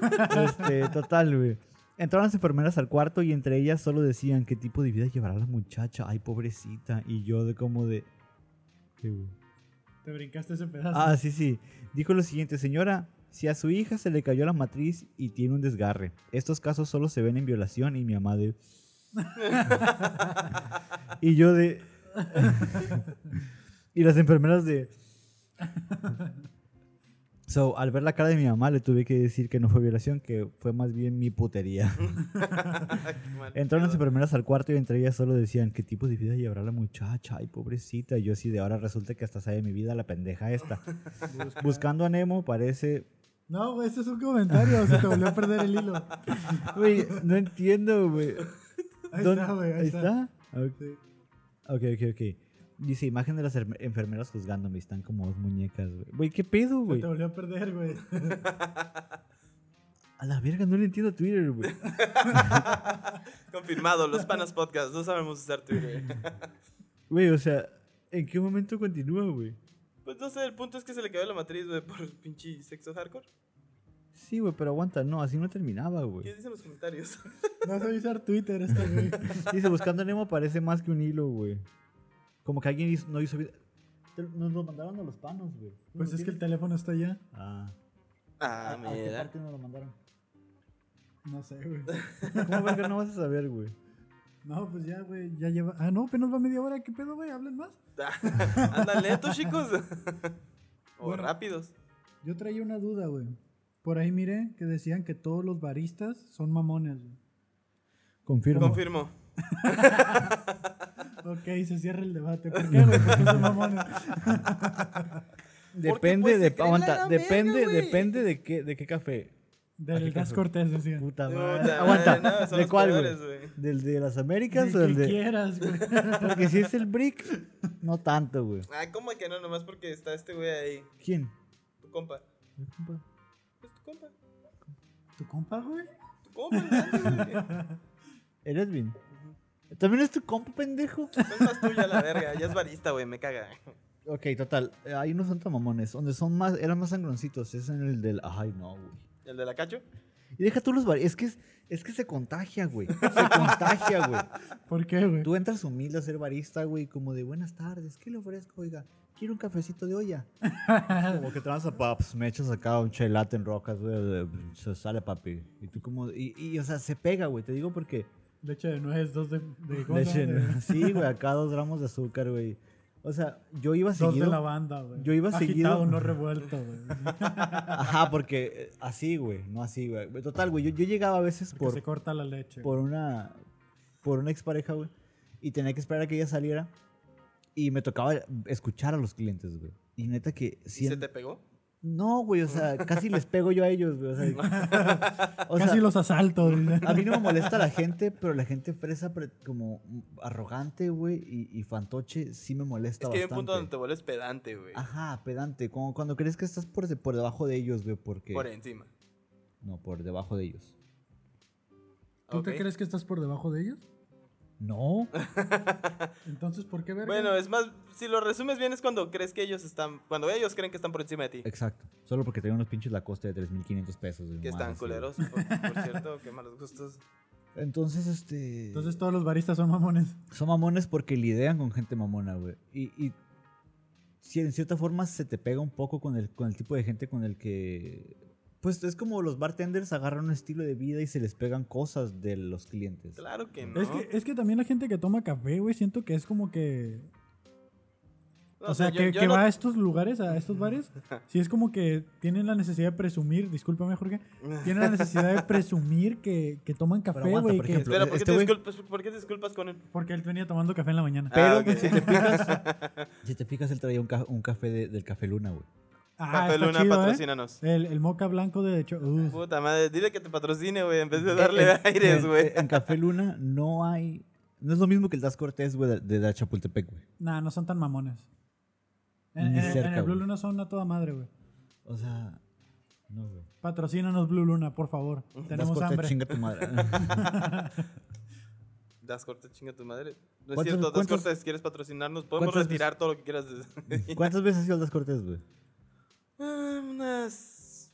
Speaker 1: este, total, güey. Entraron las enfermeras al cuarto y entre ellas solo decían qué tipo de vida llevará la muchacha, ay pobrecita, y yo de como de... ¿Qué, güey?
Speaker 2: Te brincaste ese pedazo.
Speaker 1: Ah, sí, sí. Dijo lo siguiente, señora, si a su hija se le cayó la matriz y tiene un desgarre, estos casos solo se ven en violación y mi mamá de... y yo de... y las enfermeras de... So, al ver la cara de mi mamá le tuve que decir que no fue violación, que fue más bien mi putería.
Speaker 3: Qué mal
Speaker 1: Entraron las
Speaker 3: pedo.
Speaker 1: enfermeras al cuarto y entre ellas solo decían qué tipo de vida llevará la muchacha, ay pobrecita. Y yo así de ahora resulta que hasta sabe mi vida la pendeja esta. Buscando a Nemo parece...
Speaker 2: No, güey, ese es un comentario. Se te volvió a perder el hilo.
Speaker 1: Güey, no entiendo, güey.
Speaker 2: Ah. Ahí
Speaker 1: ¿Dónde-
Speaker 2: está, güey. Ahí está.
Speaker 1: Ok,
Speaker 2: Sí.
Speaker 1: ok, ok. ok. Dice, imagen de las enfer- enfermeras juzgándome. Están como dos muñecas, güey. Güey, ¿qué pedo,
Speaker 2: Se
Speaker 1: güey?
Speaker 2: te volvió a perder, güey.
Speaker 1: A la verga, no le entiendo a Twitter, güey.
Speaker 3: Confirmado, los panas podcast, no sabemos usar Twitter.
Speaker 1: Güey, o sea, ¿en qué momento continúa, güey?
Speaker 3: Pues no sé, el punto es que se le quedó la matriz, güey, por pinche sexo hardcore.
Speaker 1: Sí, güey, pero aguanta. No, así no terminaba,
Speaker 3: ¿Qué
Speaker 1: güey.
Speaker 3: dicen los comentarios?
Speaker 2: No sabe usar Twitter este, güey.
Speaker 1: Dice, buscando a Nemo parece más que un hilo, güey. Como que alguien hizo- no hizo... vida- Te- Nos lo mandaron a los panos, güey. ¿Tú
Speaker 2: Pues
Speaker 1: lo
Speaker 2: es que el
Speaker 1: tienes?
Speaker 2: teléfono está allá.
Speaker 1: Ah.
Speaker 3: Ah,
Speaker 1: ¿A qué
Speaker 3: mira.
Speaker 1: parte nos lo mandaron?
Speaker 2: No sé, güey.
Speaker 1: ¿Cómo verga no vas a saber, güey?
Speaker 2: No, pues ya, güey. Ya lleva. Ah, no, apenas va media hora. ¿Qué pedo, güey? ¿Hablen más?
Speaker 3: Andan lentos, chicos. o
Speaker 2: Bueno.
Speaker 3: rápidos.
Speaker 2: Yo traía una duda, güey. Por ahí miré que decían que todos los baristas son mamones, güey.
Speaker 1: Confirmo.
Speaker 3: Confirmo.
Speaker 2: Ok, se cierra el debate. ¿Por qué, güey? Porque son mamones.
Speaker 1: Depende
Speaker 3: pues, se
Speaker 1: de
Speaker 3: creen
Speaker 1: aguanta,
Speaker 3: la gran
Speaker 1: depende,
Speaker 3: verga, güey.
Speaker 1: depende de qué, de qué café.
Speaker 2: Del
Speaker 1: qué
Speaker 2: Gas
Speaker 1: caso?
Speaker 2: Cortés decían.
Speaker 1: Puta madre.
Speaker 3: Puta
Speaker 1: aguanta,
Speaker 3: madre, no, son
Speaker 1: ¿de
Speaker 3: los
Speaker 1: cuál,
Speaker 3: peores,
Speaker 1: güey?
Speaker 3: güey.
Speaker 1: ¿Del de las Américas o
Speaker 2: Del
Speaker 1: el
Speaker 2: que
Speaker 1: de.?
Speaker 2: quieras, güey.
Speaker 1: Porque si es el Brick, no tanto, güey.
Speaker 3: Ah, ¿cómo que no? Nomás porque está este güey ahí,
Speaker 1: ¿Quién?
Speaker 3: tu compa. Pues tu compa.
Speaker 2: ¿Tu compa, güey?
Speaker 3: Tu compa, el Dani, güey.
Speaker 1: ¿El Edwin? También es tu compa, pendejo.
Speaker 3: No es más tuya la verga, ya es barista, güey, me caga.
Speaker 1: ok, total. eh, Ahí no son tan mamones. Donde son más, eran más sangroncitos. Es en el del. Ay, no, güey.
Speaker 3: ¿El de la cacho?
Speaker 1: Y deja tú los bar- Es que, es, es que se contagia, güey. Se contagia, güey.
Speaker 2: ¿Por qué, güey?
Speaker 1: Tú entras humilde a ser barista, güey, como de buenas tardes, ¿qué le ofrezco? Oiga, quiero un cafecito de olla. como que te vas a paps, me echas acá un chelate en rocas, güey, de- se sale papi. Y tú como, y, y, o sea, se pega, güey, te digo porque.
Speaker 2: Leche de nuez, dos de... de ¿cómo se
Speaker 1: Leche,
Speaker 2: llama? De-
Speaker 1: ¿no? sí, güey, acá dos gramos de azúcar, güey. O sea, yo iba
Speaker 2: Dos de
Speaker 1: seguido.
Speaker 2: la banda, güey.
Speaker 1: yo iba seguido-
Speaker 2: Agitado, no revuelto, güey.
Speaker 1: Ajá, porque eh, así, güey, no así, güey. Total, güey, yo, yo llegaba a veces
Speaker 2: Porque
Speaker 1: por,
Speaker 2: se corta la leche.
Speaker 1: por una por una expareja, güey, y tenía que esperar a que ella saliera y me tocaba escuchar a los clientes, güey. Y neta que
Speaker 3: ¿Y se
Speaker 1: sien-
Speaker 3: te pegó?
Speaker 1: No, güey, o sea, casi les pego yo a ellos, güey. O sea, o
Speaker 2: Casi
Speaker 1: sea,
Speaker 2: los asalto, dice.
Speaker 1: a mí no me molesta la gente, pero la gente fresa pre- como arrogante, güey, y, y fantoche sí me molesta
Speaker 3: Es que hay un
Speaker 1: bastante. Ah,
Speaker 3: punto donde te vuelves pedante, güey.
Speaker 1: Ajá, pedante, como cuando crees que estás por, de- por debajo de ellos, güey, porque...
Speaker 3: Por e-, encima.
Speaker 1: No, por debajo de ellos.
Speaker 2: ¿Tú
Speaker 3: Ok.
Speaker 2: te crees que estás por debajo de ellos?
Speaker 1: No.
Speaker 2: Entonces, ¿por qué, verga?
Speaker 3: Bueno, es más, si lo resumes bien es cuando crees que ellos están, cuando ellos creen que están por encima de ti.
Speaker 1: Exacto. Solo porque tengo unos pinches Lacoste de 3.500 pesos. güey,
Speaker 3: Que
Speaker 1: nomás,
Speaker 3: están
Speaker 1: así, güey.
Speaker 3: culeros, por, por cierto, qué malos gustos.
Speaker 1: Entonces, este...
Speaker 2: Entonces todos los baristas son mamones.
Speaker 1: Son mamones porque lidian con gente mamona, güey. Y, y si en cierta forma se te pega un poco con el, con el tipo de gente con el que... Pues es como los bartenders agarran un estilo de vida y se les pegan cosas de los clientes.
Speaker 3: Claro que no.
Speaker 2: Es, que, es que también la gente que toma café, güey, siento que es como que...
Speaker 3: No,
Speaker 2: o sea,
Speaker 3: yo-
Speaker 2: que,
Speaker 3: yo
Speaker 2: que
Speaker 3: no-
Speaker 2: va a estos lugares, a estos bares, sí es como que tienen la necesidad de presumir, discúlpame Jorge, tienen la necesidad de presumir que, que toman café,
Speaker 1: aguanta,
Speaker 2: güey,
Speaker 1: por
Speaker 2: que-
Speaker 1: ejemplo.
Speaker 3: Espera, ¿por qué,
Speaker 1: Este
Speaker 3: te
Speaker 1: güey-
Speaker 3: disculpas, ¿por qué te disculpas con él?
Speaker 2: porque él venía tomando café en la mañana.
Speaker 1: Pero
Speaker 3: Ah, ok.
Speaker 1: si te fijas, si te fijas, él traía un, ca- un café de- del Café Luna, güey.
Speaker 2: Ah,
Speaker 3: Café
Speaker 2: está
Speaker 3: Luna,
Speaker 2: chido, ¿eh?
Speaker 3: patrocínanos.
Speaker 2: El, el moca blanco de hecho. uh, uf.
Speaker 3: Puta madre, dile que te patrocine, güey, en vez
Speaker 2: Eh,
Speaker 3: de darle
Speaker 1: En- en-
Speaker 3: aires,
Speaker 1: en-
Speaker 3: güey.
Speaker 1: En, Café Luna no hay. No es lo mismo que el Das Cortés, güey, de, de la Chapultepec, güey.
Speaker 2: Nah, no son tan mamones. En,
Speaker 1: Ni
Speaker 2: en- en
Speaker 1: cerca,
Speaker 2: el Blue
Speaker 1: güey.
Speaker 2: Luna son a toda madre, güey.
Speaker 1: O sea. No, güey.
Speaker 2: Patrocínanos Blue Luna, por favor.
Speaker 1: Das
Speaker 2: Tenemos
Speaker 1: Cortés,
Speaker 2: hambre.
Speaker 1: chinga tu madre.
Speaker 3: Das Cortés, chinga tu madre. No es
Speaker 1: ¿Cuántos-
Speaker 3: cierto, Das
Speaker 1: cuántos-
Speaker 3: Cortés, ¿quieres patrocinarnos? Podemos
Speaker 1: cuántas
Speaker 3: retirar todo lo que quieras. de-
Speaker 1: ¿Cuántas veces ha sido el Das Cortés, güey?
Speaker 3: Ah, Unas.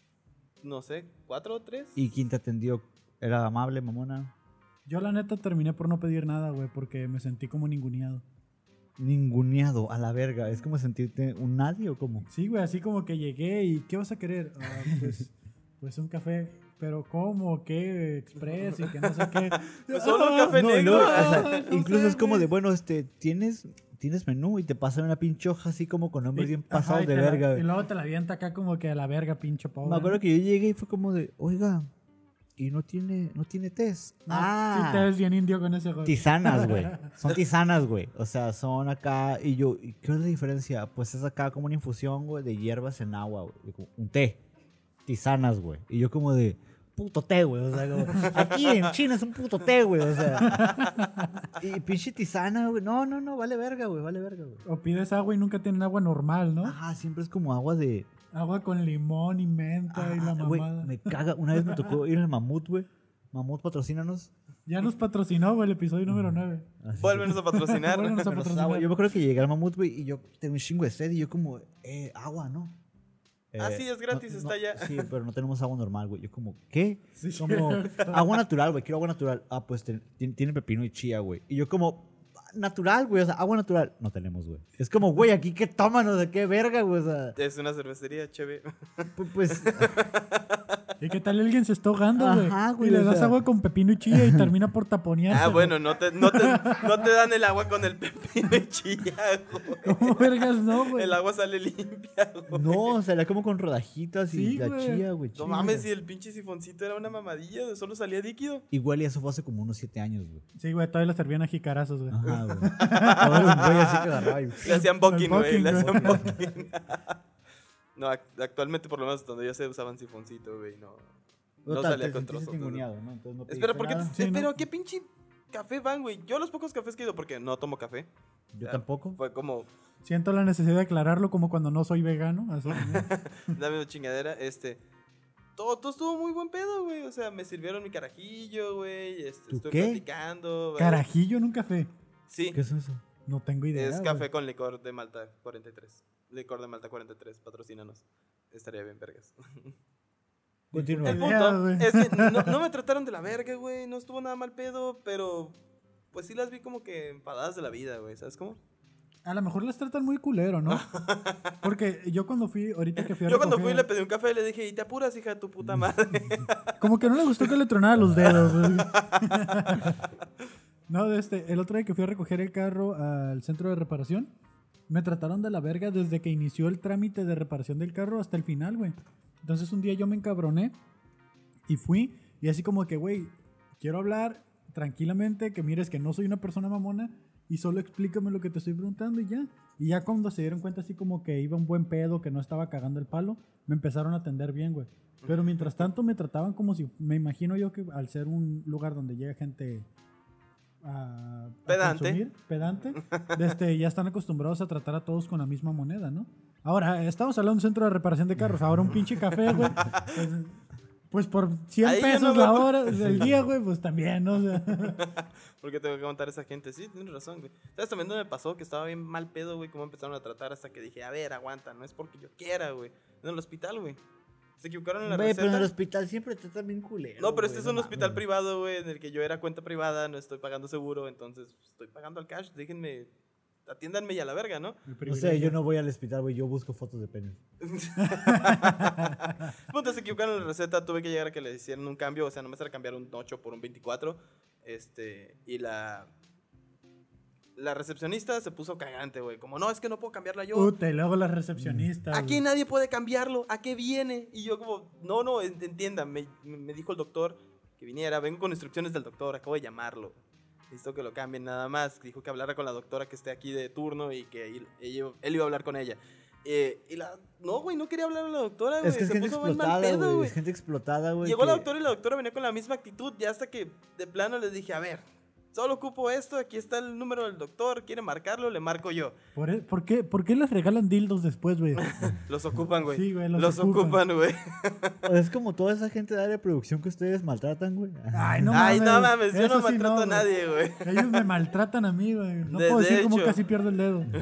Speaker 3: No sé, ¿cuatro o tres?
Speaker 1: Y quien te atendió era amable, mamona.
Speaker 2: Yo la neta terminé por no pedir nada, güey, porque me sentí como ninguneado.
Speaker 1: Ninguneado, a la verga. Es como sentirte un nadie o como.
Speaker 2: Sí, güey, así como que llegué y ¿qué vas a querer? Ah, pues, pues un café. Pero ¿cómo? ¿Qué? Express y que no sé qué.
Speaker 3: Pues solo un
Speaker 2: Ah,
Speaker 3: café
Speaker 1: No, y
Speaker 3: negro.
Speaker 1: luego, o sea,
Speaker 2: no
Speaker 1: incluso
Speaker 2: sé,
Speaker 1: es como
Speaker 2: güey.
Speaker 1: de, bueno, este, tienes, tienes menú y te pasan una pinche hoja así como con nombres
Speaker 2: Y-
Speaker 1: bien
Speaker 2: ajá,
Speaker 1: pasados
Speaker 2: y
Speaker 1: de
Speaker 2: te la-
Speaker 1: verga.
Speaker 2: Y
Speaker 1: güey.
Speaker 2: luego te la avienta acá como que a la verga, pinche pobre.
Speaker 1: Me acuerdo que yo llegué y fue como de, oiga, y no tiene, no tiene test.
Speaker 2: Ah, sí, te ves bien indio con ese güey.
Speaker 1: Tisanas, güey. Son tisanas, güey. O sea, son acá. Y yo, ¿y ¿qué es la diferencia? Pues es acá como una infusión, güey, de hierbas en agua, güey. Y como Un té. Tisanas, güey. Y yo como de, puto té, güey. O sea, como, aquí en China es un puto té, güey. O sea. Y pinche tisana, güey. No, no, no, vale verga, güey. Vale verga, güey.
Speaker 2: O pides agua y nunca tienen agua normal, ¿no?
Speaker 1: Ajá, siempre es como agua de...
Speaker 2: Agua con limón y menta y la
Speaker 1: Ah, Güey,
Speaker 2: mamada.
Speaker 1: me caga. Una vez me tocó ir al mamut, güey. Mamut, patrocínanos.
Speaker 2: Ya nos patrocinó, güey, el episodio número 9.
Speaker 3: Vuélvenos a patrocinar.
Speaker 2: Vuélvenos a
Speaker 1: Pero, o sea,
Speaker 2: patrocinar.
Speaker 1: Ah, güey, yo me acuerdo que llegué al mamut, güey, y yo tenía un chingo de sed y yo como, eh, agua, ¿no?
Speaker 3: Ah,
Speaker 1: Eh,
Speaker 3: sí, es gratis,
Speaker 1: no-
Speaker 3: está
Speaker 1: no,
Speaker 3: allá.
Speaker 1: Sí, pero no tenemos agua normal, güey. Yo como, ¿qué?
Speaker 2: Sí,
Speaker 1: Como, agua natural, güey, quiero agua natural. Ah, pues te- ti- tiene pepino y chía, güey. Y yo como, natural, güey, o sea, agua natural. No tenemos, güey. Es como, güey, aquí qué toman, o sea, qué verga, güey, o sea,
Speaker 3: Es una cervecería, chévere.
Speaker 1: pu- pues,
Speaker 2: ¿Y qué tal alguien se está ahogando, güey?
Speaker 1: Ajá, güey,
Speaker 2: Y le
Speaker 1: o
Speaker 2: das
Speaker 1: sea.
Speaker 2: agua con pepino y chía y termina por taponearse.
Speaker 3: Ah,
Speaker 2: güey.
Speaker 3: bueno, no te, no, te, no te dan el agua con el pepino y chilla, güey.
Speaker 2: ¿Cómo vergas no, güey?
Speaker 3: El agua sale limpia, güey.
Speaker 1: no, o sea, era como con rodajitas y
Speaker 2: Sí,
Speaker 1: la
Speaker 2: güey.
Speaker 1: chía, güey.
Speaker 3: No
Speaker 1: chinga.
Speaker 3: mames, si el pinche sifoncito era una mamadilla, solo salía líquido.
Speaker 1: Igual y eso fue hace como unos siete años, güey.
Speaker 2: Sí, güey, todavía le servían a jicarazos, güey.
Speaker 1: Ajá, güey. Ahora un güey así que agarraba y-
Speaker 3: Le hacían bucking, güey.
Speaker 2: bucking,
Speaker 3: Le
Speaker 2: güey.
Speaker 3: hacían bucking. No, ac- actualmente por lo menos donde yo sé usaban sifoncito, güey, no. No
Speaker 1: Total,
Speaker 3: salía
Speaker 1: te
Speaker 3: con
Speaker 1: sentiste
Speaker 3: trozos, ¿no?
Speaker 1: ninguneado, ¿no? Entonces no
Speaker 3: Espera,
Speaker 1: pediste
Speaker 3: ¿por qué?
Speaker 1: nada.
Speaker 3: te- eh,
Speaker 2: Sí, ¿no?
Speaker 3: pero qué pinche café van, güey. Yo los pocos cafés que he ido, porque no tomo café.
Speaker 1: Yo tampoco.
Speaker 3: Fue como,
Speaker 2: Siento la necesidad de aclararlo como cuando no soy vegano. así, ¿no?
Speaker 3: dame una chingadera, este. Todo, todo estuvo muy buen pedo, güey. O sea, me sirvieron mi carajillo, güey. Este,
Speaker 1: ¿Tu
Speaker 3: estuve
Speaker 1: qué?
Speaker 3: platicando. güey.
Speaker 2: Carajillo en un café.
Speaker 3: Sí,
Speaker 1: ¿Qué es eso?
Speaker 2: No tengo idea.
Speaker 3: es
Speaker 2: güey.
Speaker 3: café con licor de Malta 43. Licor de Malta 43, patrocínanos. Estaría bien, vergas.
Speaker 1: Continúa.
Speaker 2: Ni
Speaker 3: El punto
Speaker 2: idea, güey.
Speaker 3: es que no, no me trataron de la verga, güey. No estuvo nada mal pedo, pero pues sí las vi como que enfadadas de la vida, güey. ¿Sabes cómo?
Speaker 2: A lo mejor las tratan muy culero, ¿no? Porque yo cuando fui, ahorita que fui a
Speaker 3: Yo cuando fui
Speaker 2: recoger-
Speaker 3: le pedí un café y le dije, ¿y te apuras, hija de tu
Speaker 1: Mm.
Speaker 3: puta madre?
Speaker 2: Como que no le gustó que le tronara los dedos. güey. no, este, el otro día que fui a recoger el carro al centro de reparación, me trataron de la verga desde que inició el trámite de reparación del carro hasta el final, güey. Entonces un día yo me encabroné y fui y así como que, güey, quiero hablar tranquilamente, que mires que no soy una persona mamona y solo explícame lo que te estoy preguntando y ya. Y ya cuando se dieron cuenta así como que iba un buen pedo, que no estaba cagando el palo, me empezaron a atender bien, güey. Pero mientras tanto me trataban como si, me imagino yo que al ser un lugar donde llega gente a, a
Speaker 3: Pedante.
Speaker 2: consumir, pedante, desde, ya están acostumbrados a tratar a todos con la misma moneda, ¿no? Ahora, estamos hablando de un centro de reparación de carros, ahora un pinche café, güey. Pues, pues por 100
Speaker 3: Ahí yo no
Speaker 2: pesos
Speaker 3: veo-
Speaker 2: la hora del día, güey, pues también, ¿no? O sea,
Speaker 3: Porque tengo que contar a esa gente. Sí, tienes razón, güey. ¿Sabes también dónde me pasó? Que estaba bien mal pedo, güey. Cómo empezaron a tratar hasta que dije, a ver, aguanta. No es porque yo quiera, güey. En el hospital, güey. Se equivocaron en la
Speaker 1: Güey, pero en
Speaker 3: receta.
Speaker 1: el hospital siempre te tratan bien culero.
Speaker 3: No,
Speaker 1: güey,
Speaker 3: pero este es un
Speaker 1: mames.
Speaker 3: hospital privado, güey, en el que yo era cuenta privada, no estoy pagando seguro, entonces pues, estoy pagando al cash, déjenme, atiéndanme y a la verga, ¿no?
Speaker 1: No sé, yo no voy al hospital, güey. Yo busco fotos de penes.
Speaker 3: Punto, se equivocaron en la receta, tuve que llegar a que le hicieran un cambio, o sea, nomás era cambiar un 8 por un 24, este, y la... La recepcionista se puso cagante, güey. Como, no, es que no puedo cambiarla yo.
Speaker 2: Puta, y luego la recepcionista. güey.
Speaker 3: Aquí nadie puede cambiarlo. ¿A qué viene? Y yo como, no, no, en- entiendan. Me, me dijo el doctor que viniera. Vengo con instrucciones del doctor. Acabo de llamarlo. Necesito que lo cambien nada más. Dijo que hablara con la doctora que esté aquí de turno y que él, ella- él iba a hablar con ella. Eh, y la... No, güey, no quería hablar a la doctora, güey.
Speaker 1: Pues Es que es
Speaker 3: Pues,
Speaker 1: gente
Speaker 3: Se puso bien mal
Speaker 1: explotada,
Speaker 3: pedo,
Speaker 1: güey.
Speaker 3: güey.
Speaker 1: Es gente explotada, güey.
Speaker 3: Llegó
Speaker 1: que-
Speaker 3: la doctora y la doctora venía con la misma actitud, ya hasta que de plano les dije, a ver, solo ocupo esto, aquí está el número del doctor, quiere marcarlo, le marco yo.
Speaker 2: ¿Por, e- por qué, ¿Por qué les regalan dildos después, güey?
Speaker 3: Los ocupan, güey.
Speaker 2: Sí, güey, los
Speaker 3: ocupan,
Speaker 2: ocupan.
Speaker 3: güey.
Speaker 1: Es como toda esa gente de área de producción que ustedes maltratan, güey.
Speaker 2: Ay, no
Speaker 3: Ay, no mames, yo
Speaker 2: eso
Speaker 3: no
Speaker 2: sí
Speaker 3: maltrato a
Speaker 2: güey.
Speaker 3: nadie, güey.
Speaker 2: Ellos me maltratan a mí, güey. No
Speaker 3: De-
Speaker 2: puedo
Speaker 3: de
Speaker 2: decir cómo
Speaker 3: hecho.
Speaker 2: casi pierdo el dedo.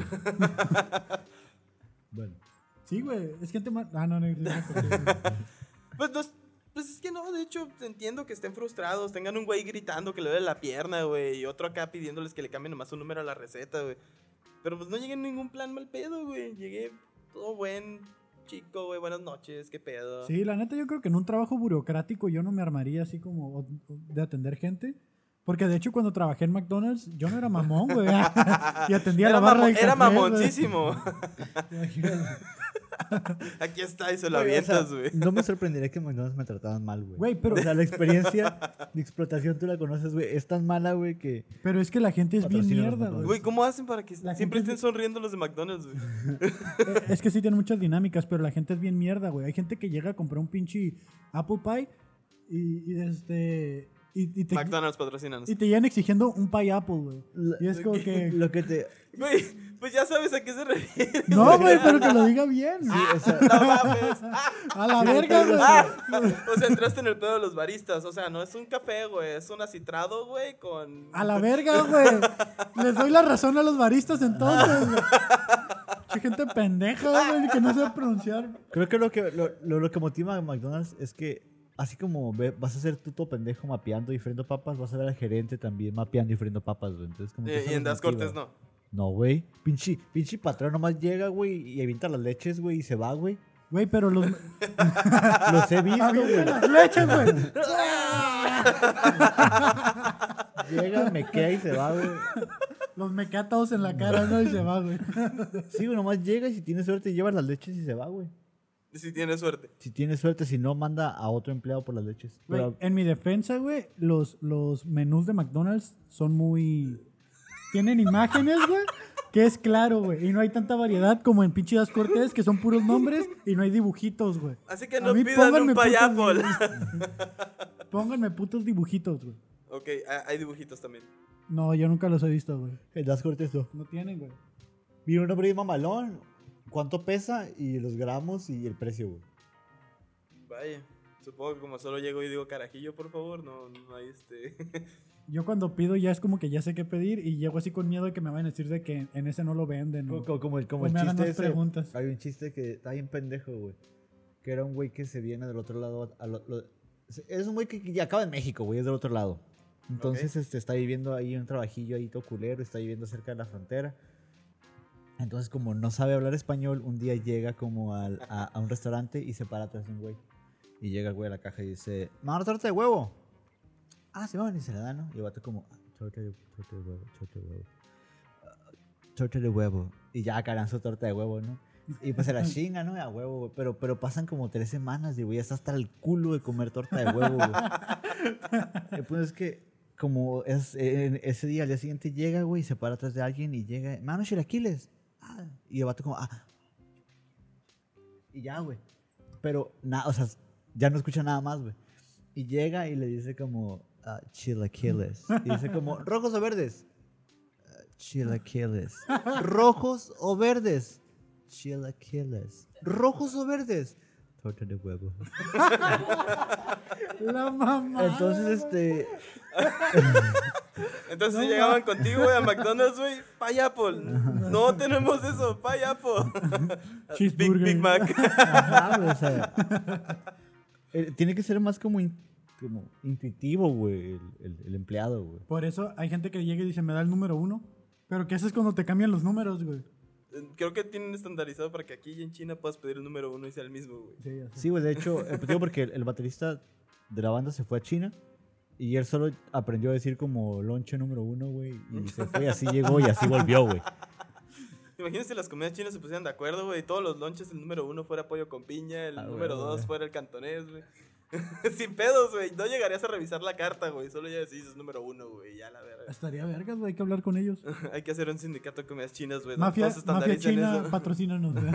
Speaker 1: Bueno.
Speaker 2: Sí, güey. Es gente mal... Ah, no, no. no,
Speaker 3: Pues, no es- pues es que no, de hecho, entiendo que estén frustrados, tengan un güey gritando que le duele la pierna, güey, y otro acá pidiéndoles que le cambien nomás un número a la receta, güey. Pero pues no llegué en ningún plan mal pedo, güey. Llegué todo buen chico, güey, buenas noches, qué pedo.
Speaker 2: Sí, la neta yo creo que en un trabajo burocrático yo no me armaría así como o- o de atender gente. Porque de hecho cuando trabajé en McDonald's yo no era mamón, güey. y atendía la
Speaker 3: Era,
Speaker 2: barra
Speaker 3: mamo-
Speaker 2: de
Speaker 3: era
Speaker 2: café, güey.
Speaker 3: mamoncísimo. Aquí está y se lo
Speaker 1: Güey, o sea,
Speaker 3: avientas, güey.
Speaker 1: No me sorprendería que en McDonald's me trataban mal, güey.
Speaker 2: Güey,
Speaker 1: O
Speaker 2: pero-
Speaker 1: sea, la experiencia de explotación tú la conoces, güey. Es tan mala, güey, que.
Speaker 2: Pero es que la gente es bien
Speaker 1: Patrocínanos,
Speaker 2: mierda, güey.
Speaker 3: Güey, ¿cómo hacen para que
Speaker 2: pues, La
Speaker 3: siempre
Speaker 2: gente
Speaker 3: estén
Speaker 2: es-
Speaker 3: sonriendo los de McDonald's, güey?
Speaker 2: Eh, Es que sí tienen muchas dinámicas, pero la gente es bien mierda, güey. Hay gente que llega a comprar un pinche Apple Pie y, y este... Y, y te,
Speaker 3: McDonald's patrocínanos.
Speaker 2: y te llegan exigiendo un Pie Apple, güey.
Speaker 1: la-
Speaker 2: Y es como que...
Speaker 1: Lo que te.
Speaker 3: Güey, pues ya sabes a qué se refiere.
Speaker 2: No, güey, pero que lo diga bien.
Speaker 1: O sea,
Speaker 3: No mames. Ah,
Speaker 2: A la verga, güey.
Speaker 3: ah. O sea, entraste en el pedo de los baristas. O sea, no es un café, güey. Es un acitrado, güey, con.
Speaker 2: A la verga, güey. Les doy la razón a los baristas entonces, güey. Che, gente pendeja, güey, que no sabe pronunciar.
Speaker 1: creo que lo que, lo, lo- lo que motiva a McDonald's es que. Así como ve- vas a ser tú todo pendejo mapeando y friendo papas, vas a ver al gerente también mapeando y friendo papas, güey. Entonces, como que
Speaker 3: Eh,
Speaker 1: eso
Speaker 3: y
Speaker 1: los
Speaker 3: en Das
Speaker 1: motiva.
Speaker 3: Cortes no.
Speaker 1: No, güey. Pinche, pinche patrón nomás llega, güey, y avienta las leches, güey, y se va, güey.
Speaker 2: Güey, pero los.
Speaker 1: Los he visto,
Speaker 2: Avienten
Speaker 1: güey.
Speaker 2: las leches, güey.
Speaker 1: Llega, me queda y se va, güey.
Speaker 2: Los mecatados en la cara, ¿no? Y se va, güey.
Speaker 1: Sí, güey, nomás llega y si tienes suerte llevas las leches y se va, güey.
Speaker 3: Si tienes suerte.
Speaker 1: Si tienes suerte, si no, manda a otro empleado por las leches.
Speaker 2: Güey,
Speaker 1: Pero
Speaker 2: en mi defensa, güey, los, los menús de McDonald's son muy. Tienen imágenes, güey. Que es claro, güey. Y no hay tanta variedad como en pinche Das Cortés, que son puros nombres y no hay dibujitos, güey.
Speaker 3: Así que
Speaker 2: A
Speaker 3: no
Speaker 2: mí
Speaker 3: pidan
Speaker 2: pónganme
Speaker 3: un
Speaker 2: putos
Speaker 3: payapol.
Speaker 2: Pónganme putos dibujitos, güey.
Speaker 3: ok, ah, hay dibujitos también.
Speaker 2: No, yo nunca los he visto, güey.
Speaker 1: en las cortes no.
Speaker 2: No tienen, güey.
Speaker 1: Mira un hombre ahí mamalón, cuánto pesa y los gramos y el precio, güey.
Speaker 3: Vaya. Supongo que como solo llego y digo carajillo, por favor, no, no hay este.
Speaker 2: Yo cuando pido ya es como que ya sé qué pedir y llego así con miedo de que me vayan a decir de que en ese no lo venden. ¿no?
Speaker 1: Como, como- como el, como
Speaker 2: O
Speaker 1: el
Speaker 2: me hagan
Speaker 1: chiste
Speaker 2: más
Speaker 1: ese.
Speaker 2: preguntas.
Speaker 1: Hay un chiste que está bien pendejo, güey. Que era un güey que se viene del otro lado. a lo- lo- es un güey que ya acaba en México, güey, es del otro lado. Entonces este, está viviendo ahí un trabajillo ahí todo culero, está viviendo cerca de la frontera. Entonces, como no sabe hablar español, un día llega como al- a, a un restaurante y se para atrás de un güey. Y llega el güey a la caja y dice, ¿me van a dar torta de huevo? Ah, sí, van y se la dan, ¿no? Y el vato como, "Ah, torta de, torta de huevo, torta de huevo. Ah, Torta de huevo. Y ya caran su torta de huevo, ¿no? Y pues se la chinga, ¿no? A huevo, güey. Pero, pero pasan como tres semanas, digo, ya está hasta el culo de comer torta de huevo, güey. Y pues es que, como es, en ese día, al día siguiente llega, güey, y se para atrás de alguien y llega, mano, chilaquiles. Ah, y el vato como, ah. Y ya, güey. Pero, nada, o sea, ya no escucha nada más, güey. Y llega y le dice como, ah, chilaquiles. Y dice como, rojos o verdes. Ah, Chilaquiles. ¿Rojos o verdes? Chilaquiles. ¿Rojos o verdes? Torta de huevo.
Speaker 2: La
Speaker 1: Ah.
Speaker 2: mamá.
Speaker 1: Entonces, este.
Speaker 3: Entonces
Speaker 2: No
Speaker 3: si llegaban contigo, güey, a McDonald's, güey, payapol. No tenemos eso, payapol. Big,
Speaker 2: Cheeseburger.
Speaker 3: Big Mac.
Speaker 1: ajá, güey, o sea, eh, tiene que ser más como, in- como intuitivo, güey, el, el- el empleado, güey.
Speaker 2: Por eso hay gente que llega y dice, me da el número uno. Pero ¿qué haces cuando te cambian los números, güey?
Speaker 3: Creo que tienen estandarizado para que aquí y en China puedas pedir el número uno y sea el mismo, güey.
Speaker 1: pues, Sí, güey, de hecho, eh, digo porque el, el baterista de la banda se fue a China Y él solo aprendió a decir como lonche número uno, güey. Y se fue, así llegó y así volvió, güey.
Speaker 3: Imagínense si las comidas chinas se pusieran de acuerdo, güey. y Todos los lonches, el número uno fuera pollo con piña, el
Speaker 1: Ah,
Speaker 3: número
Speaker 1: huevo,
Speaker 3: dos
Speaker 1: güey.
Speaker 3: fuera el cantonés, güey. Sin pedos, güey. No llegarías a revisar la carta, güey. Solo ya decís, es número uno, güey. Ya la verga.
Speaker 2: Estaría vergas, güey, hay que hablar con ellos.
Speaker 3: Hay que hacer un sindicato de comidas chinas, güey. donde
Speaker 2: Mafia,
Speaker 3: Pues, todos
Speaker 2: mafia
Speaker 3: estandaricen
Speaker 2: China,
Speaker 3: eso.
Speaker 2: patrocínanos. güey.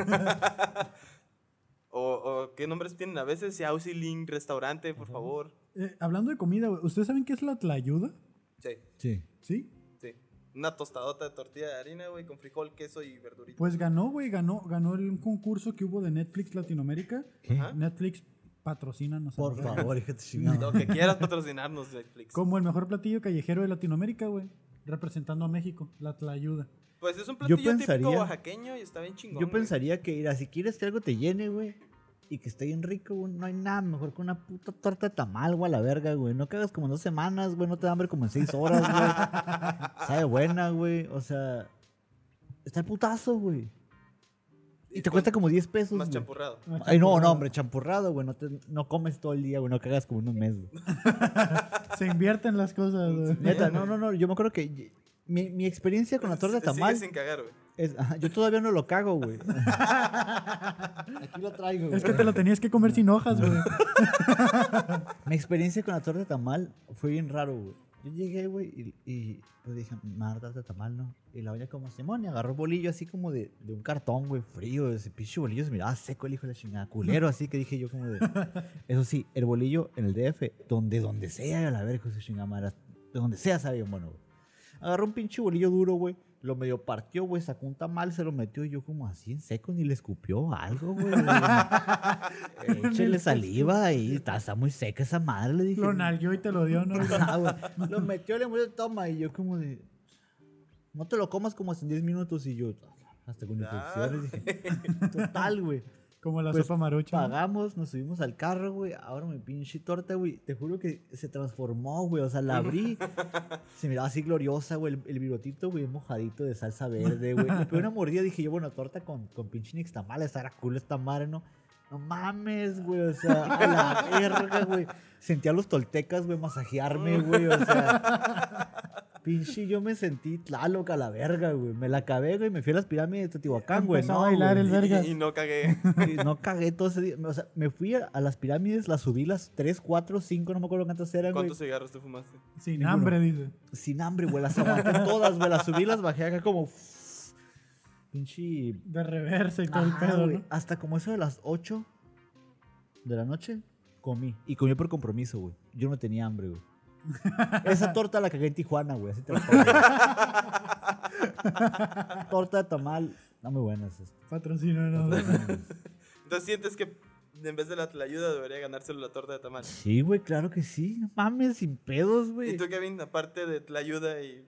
Speaker 3: O, o qué nombres tienen a veces. Xiaoxi Ling Restaurante, por favor.
Speaker 2: Eh, hablando de comida, güey, ¿ustedes saben qué es la tlayuda?
Speaker 3: Sí,
Speaker 1: Sí.
Speaker 2: ¿Sí?
Speaker 3: sí. Una tostadota de tortilla de harina, güey, con frijol, queso y verdurita.
Speaker 2: Pues ganó, güey, ganó, ganó el concurso que hubo de Netflix Latinoamérica.
Speaker 3: Ajá.
Speaker 2: Netflix patrocina, no sé.
Speaker 1: Por favor, hija de
Speaker 3: ¿Ah? Lo
Speaker 1: chingada.
Speaker 3: que quieras patrocinarnos, Netflix.
Speaker 2: Como el mejor platillo callejero de Latinoamérica, güey. Representando a México, la tlayuda.
Speaker 3: Pues es un platillo típico
Speaker 1: pensaría-
Speaker 3: oaxaqueño y está bien chingón.
Speaker 1: Yo
Speaker 3: güey.
Speaker 1: pensaría que, mira, si quieres que algo te llene, güey, y que esté bien rico, güey, no hay nada mejor que una puta torta de tamal, güey, a la verga, güey. No cagas como en dos semanas, güey, no te da hambre como en seis horas, güey. Sabe buena, güey. O sea, está el putazo, güey. Y te
Speaker 3: con-
Speaker 1: cuesta como 10 pesos.
Speaker 3: Más
Speaker 1: güey.
Speaker 3: champurrado.
Speaker 1: Ay, no, no, hombre, champurrado, güey. No, te- no comes todo el día, güey. No cagas como en un mes, güey.
Speaker 2: Se invierten las cosas, güey.
Speaker 1: Neta, no, no, no. Yo me acuerdo que y- mi, mi experiencia con la torta de
Speaker 3: Sigue
Speaker 1: tamal
Speaker 3: sin cagar, güey.
Speaker 1: es. ajá, yo todavía no lo cago, güey. Aquí lo traigo, güey.
Speaker 2: Es que te lo tenías que comer sin hojas, güey.
Speaker 1: Mi experiencia con la torta de tamal fue bien raro, güey. Yo llegué, güey, y, y, pues dije, mar torta de tamal, ¿no? Y la olla como Simón y agarró bolillo así como de, de un cartón, güey, frío. Ese pinche bolillo se miraba seco el hijo de la chingada, culero, así que dije yo como de... Eso sí, el bolillo en el DF, donde, donde sea, a la verga, hijo de su chingada madre, de donde sea sabe bien bueno, güey. Agarró un pinche bolillo duro, güey. Lo medio partió, güey, sacó un tamal, se lo metió y yo como así en seco, ni le escupió algo, güey. Échale saliva y está, está muy seca esa madre, le dije.
Speaker 2: Lo nalgueó y te lo dio, ¿no?
Speaker 1: Ajá, güey. Lo metió, le murió, toma. Y yo como de... No te lo comas como en 10 minutos y yo... Hasta con
Speaker 3: Ah.
Speaker 1: infecciones, dije. Total, güey.
Speaker 2: Como la
Speaker 1: Pues,
Speaker 2: sopa marucha. ¿no?
Speaker 1: Pagamos, nos subimos al carro, güey. Ahora mi pinche torta, güey. Te juro que se transformó, güey. O sea, la abrí. se miraba así gloriosa, güey. El, el virotito, güey, mojadito de salsa verde, güey. Le pegué una mordida dije yo, bueno, torta con, con pinche nixtamal. Estará cool esta madre, ¿no? No mames, güey. O sea, a la verga, güey. Sentí a los toltecas, güey, masajearme, güey. O sea. Pinche, yo me sentí tlaloc a la verga, güey. Me la acabé, güey. Me fui a las pirámides de Teotihuacán, güey.
Speaker 2: Empezó
Speaker 1: No,
Speaker 2: a bailar
Speaker 1: güey.
Speaker 2: el vergas.
Speaker 3: Y, y no cagué.
Speaker 1: Y no cagué todo ese día. O sea, me fui a, a las pirámides, las subí las 3, 4, 5, no me acuerdo cuántas eran, güey.
Speaker 3: ¿Cuántos cigarros te fumaste?
Speaker 2: Sin
Speaker 1: Ninguno.
Speaker 2: hambre, dice.
Speaker 1: Sin hambre, güey. Las aguanté todas, güey. Las subí, las bajé acá como. Pinche.
Speaker 2: De reversa y todo
Speaker 1: Ajá,
Speaker 2: el pedo,
Speaker 1: Ah, güey.
Speaker 2: ¿no?
Speaker 1: Hasta como eso de las 8 de la noche, comí. Y comí por compromiso, güey. Yo no tenía hambre, güey. Esa torta la cagué en Tijuana, güey. Así te la pongo, güey. torta de tamal. No muy buenas. esas.
Speaker 2: Patrocínanos.
Speaker 3: Entonces sientes que en vez de la ayuda debería ganárselo la torta de tamal.
Speaker 1: Sí, güey, claro que sí. No mames, sin pedos, güey.
Speaker 3: ¿Y tú, Kevin, aparte de la ayuda y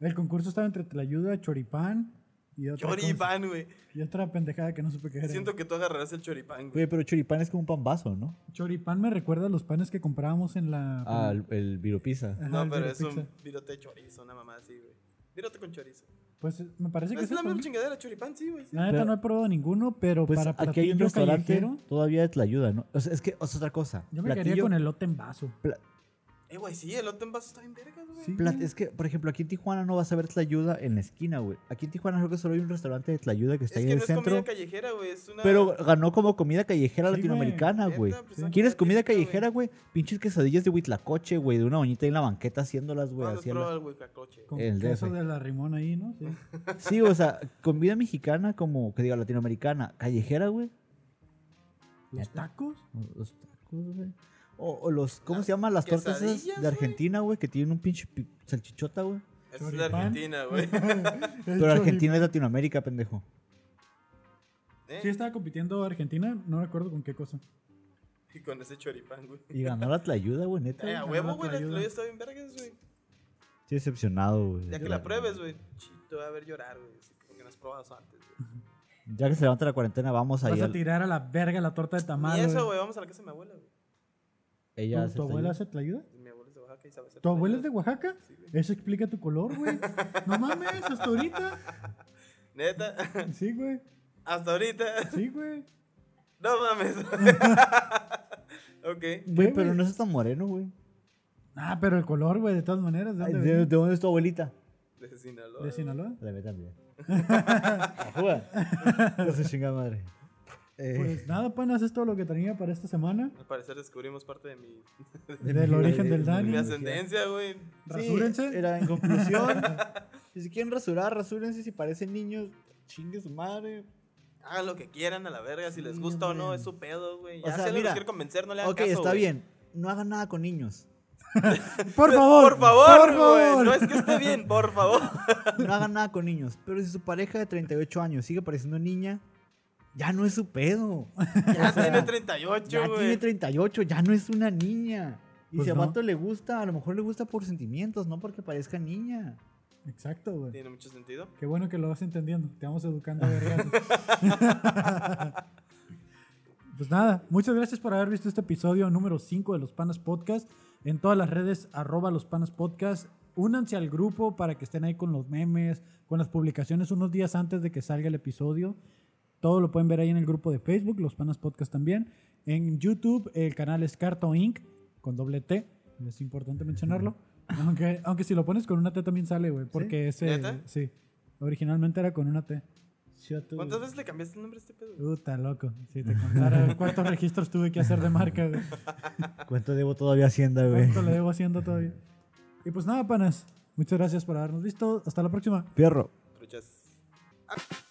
Speaker 2: El concurso estaba entre tlayuda, choripán y otra. cosa.
Speaker 3: choripán, güey?
Speaker 2: Y otra pendejada que no supe qué era.
Speaker 3: Siento que tú agarrarás el choripán, güey.
Speaker 1: Güey, pero choripán es como un pambazo, ¿no?
Speaker 2: Choripán me recuerda a los panes que comprábamos en la.
Speaker 1: Ah, el, el viropizza.
Speaker 2: Ajá,
Speaker 3: No,
Speaker 2: el
Speaker 3: pero
Speaker 2: Vero
Speaker 3: es
Speaker 2: Pizza.
Speaker 3: un virote de chorizo, una mamá así, güey. Virote con chorizo.
Speaker 2: Pues me parece que es
Speaker 3: Es la
Speaker 2: esto,
Speaker 3: misma
Speaker 2: ¿no?
Speaker 3: chingadera, choripán, sí, güey. sí.
Speaker 2: La neta
Speaker 1: Pero-
Speaker 2: no he probado ninguno, pero
Speaker 1: Pues
Speaker 2: para
Speaker 1: aquí hay un
Speaker 2: platillo
Speaker 1: restaurante
Speaker 2: callejero,
Speaker 1: todavía de Tlayuda, ¿no? O sea, es que o sea, otra cosa.
Speaker 2: yo me quedaría
Speaker 1: platillo-
Speaker 2: con elote en vaso.
Speaker 1: pla-
Speaker 3: Eh, güey, sí, el otro en vaso está bien verga, güey.
Speaker 2: Sí.
Speaker 1: plat- es que, por ejemplo, aquí en Tijuana no vas a ver Tlayuda en la esquina, güey. Aquí en Tijuana creo que solo hay un restaurante de Tlayuda que
Speaker 3: Es
Speaker 1: está
Speaker 3: que
Speaker 1: ahí
Speaker 3: no
Speaker 1: en el
Speaker 3: es
Speaker 1: centro.
Speaker 3: comida callejera, güey. Es una.
Speaker 1: Pero ganó como comida callejera
Speaker 2: Sí, güey.
Speaker 1: latinoamericana, güey.
Speaker 3: Neta, pues, son
Speaker 1: ¿Quieres comida
Speaker 3: típica, güey.
Speaker 1: callejera, güey? Pinches quesadillas de huitlacoche, güey. De una doñita ahí en la banqueta haciéndolas, güey.
Speaker 3: No, no
Speaker 1: así a
Speaker 3: prueba
Speaker 1: la-
Speaker 3: el huicacoche.
Speaker 2: Con
Speaker 1: el
Speaker 2: queso
Speaker 1: DF.
Speaker 2: de la rimón ahí, ¿no? Sí.
Speaker 1: Sí, o sea, comida mexicana como, que diga, latinoamericana. Callejera, güey.
Speaker 2: Los tacos.
Speaker 1: Los tacos, güey. O, o los, ¿cómo se llaman? Las tortas esas
Speaker 3: quesadillas,
Speaker 1: de
Speaker 3: güey.
Speaker 1: Argentina, güey, que tienen un pinche pi- salchichota, güey.
Speaker 3: Esa Es de
Speaker 2: Choripán.
Speaker 3: Argentina, güey.
Speaker 1: Pero Argentina es Latinoamérica, pendejo.
Speaker 3: ¿Eh?
Speaker 2: Sí, estaba compitiendo Argentina, no recuerdo con qué cosa.
Speaker 3: Y con ese choripán, güey.
Speaker 1: Y ganó la tlayuda, güey, neta.
Speaker 3: Eh, a
Speaker 1: güey.
Speaker 3: huevo,
Speaker 2: la
Speaker 3: güey. La
Speaker 2: ayuda.
Speaker 3: tlayuda está bien vergas, güey.
Speaker 1: Estoy decepcionado, güey.
Speaker 3: Ya que la pruebes, güey. Chi, Te voy a ver llorar, güey. así Porque no has probado antes, güey.
Speaker 1: Ya que se levanta la cuarentena, vamos a
Speaker 2: Vas
Speaker 1: ir.
Speaker 2: a
Speaker 1: Pues al-
Speaker 2: tirar a la verga la torta de tamal.
Speaker 3: Y eso,
Speaker 2: güey.
Speaker 3: güey. Vamos a la casa de mi abuela, güey.
Speaker 1: Ella
Speaker 2: ¿Tu,
Speaker 1: hace
Speaker 2: tu abuela
Speaker 1: tlayuda.
Speaker 2: hace tlayuda?
Speaker 3: Mi abuela es de Oaxaca y sabe hacer
Speaker 2: ¿Tu abuela es de
Speaker 3: tlayudas.
Speaker 2: Oaxaca?
Speaker 3: Sí, güey.
Speaker 2: Eso explica tu color, güey. No mames, hasta ahorita.
Speaker 3: Neta,
Speaker 2: Sí, güey.
Speaker 3: hasta ahorita.
Speaker 2: Sí, güey.
Speaker 3: No mames. ok.
Speaker 1: Güey,
Speaker 2: ¿Qué,
Speaker 1: pero
Speaker 2: güey?
Speaker 1: no es tan moreno, güey.
Speaker 2: Ah, pero el color, güey, de todas maneras. ¿De
Speaker 1: Ay,
Speaker 2: dónde
Speaker 1: ¿De,
Speaker 2: venía?
Speaker 1: de dónde es tu abuelita?
Speaker 3: De Sinaloa.
Speaker 2: ¿De Sinaloa?
Speaker 1: La mía también. Ajúa. No se chinga madre. Eh,
Speaker 2: Pues nada, panas, es todo lo que tenía para esta semana.
Speaker 3: Al parecer descubrimos parte de mi,
Speaker 2: Del origen del
Speaker 3: de
Speaker 2: Dani.
Speaker 3: mi ascendencia, güey.
Speaker 2: Rasúrense.
Speaker 1: Era en conclusión. si quieren rasurar, rasúrense. Si parecen niños, chingue su madre.
Speaker 3: Hagan lo que quieran a la verga, si les
Speaker 1: Sí,
Speaker 3: gusta o no,
Speaker 1: hombre.
Speaker 3: es su pedo, güey.
Speaker 1: O sea,
Speaker 3: Ya si alguien
Speaker 1: mira.
Speaker 3: los quiere convencer, no le hagan
Speaker 1: Ok,
Speaker 3: caso,
Speaker 1: está
Speaker 3: güey.
Speaker 1: bien. No hagan nada con niños.
Speaker 2: Por favor.
Speaker 3: Por favor,
Speaker 2: por
Speaker 3: güey.
Speaker 2: favor.
Speaker 3: No es que esté bien, por favor.
Speaker 1: No hagan nada con niños. Pero si su pareja de 38 años sigue pareciendo niña, ya no es su pedo.
Speaker 3: Ya
Speaker 1: O sea,
Speaker 3: tiene 38,
Speaker 1: Ya tiene
Speaker 3: güey.
Speaker 1: 38, ya no es una niña. Y
Speaker 2: Pues
Speaker 1: si a
Speaker 2: no.
Speaker 1: vato le gusta, a lo mejor le gusta por sentimientos, no porque parezca niña.
Speaker 2: Exacto, güey.
Speaker 3: Tiene mucho sentido.
Speaker 2: Qué bueno que lo vas entendiendo. Te vamos educando a vergas. pues nada, muchas gracias por haber visto este episodio número 5 de Los Panas Podcast. En todas las redes, arroba Los Panas Podcast. Únanse al grupo para que estén ahí con los memes, con las publicaciones unos días antes de que salga el episodio. Todo lo pueden ver ahí en el grupo de Facebook, Los Panas Podcast también. En YouTube, el canal es Carto Inc. con doble T. Es importante mencionarlo. Aunque, aunque si lo pones con una T también sale, güey. Porque ese.
Speaker 3: ¿Neta?
Speaker 2: Sí. Originalmente era con una T.
Speaker 3: ¿Cuántas veces le cambiaste el nombre a este pedo? güey?
Speaker 2: Puta, loco. Si te contara cuántos registros tuve que hacer de marca, güey.
Speaker 1: ¿Cuánto debo todavía a Hacienda, güey?
Speaker 2: ¿Cuánto le debo haciendo todavía? Y pues nada, panas. Muchas gracias por habernos visto. Hasta la próxima.
Speaker 1: Fierro.
Speaker 3: Truchas.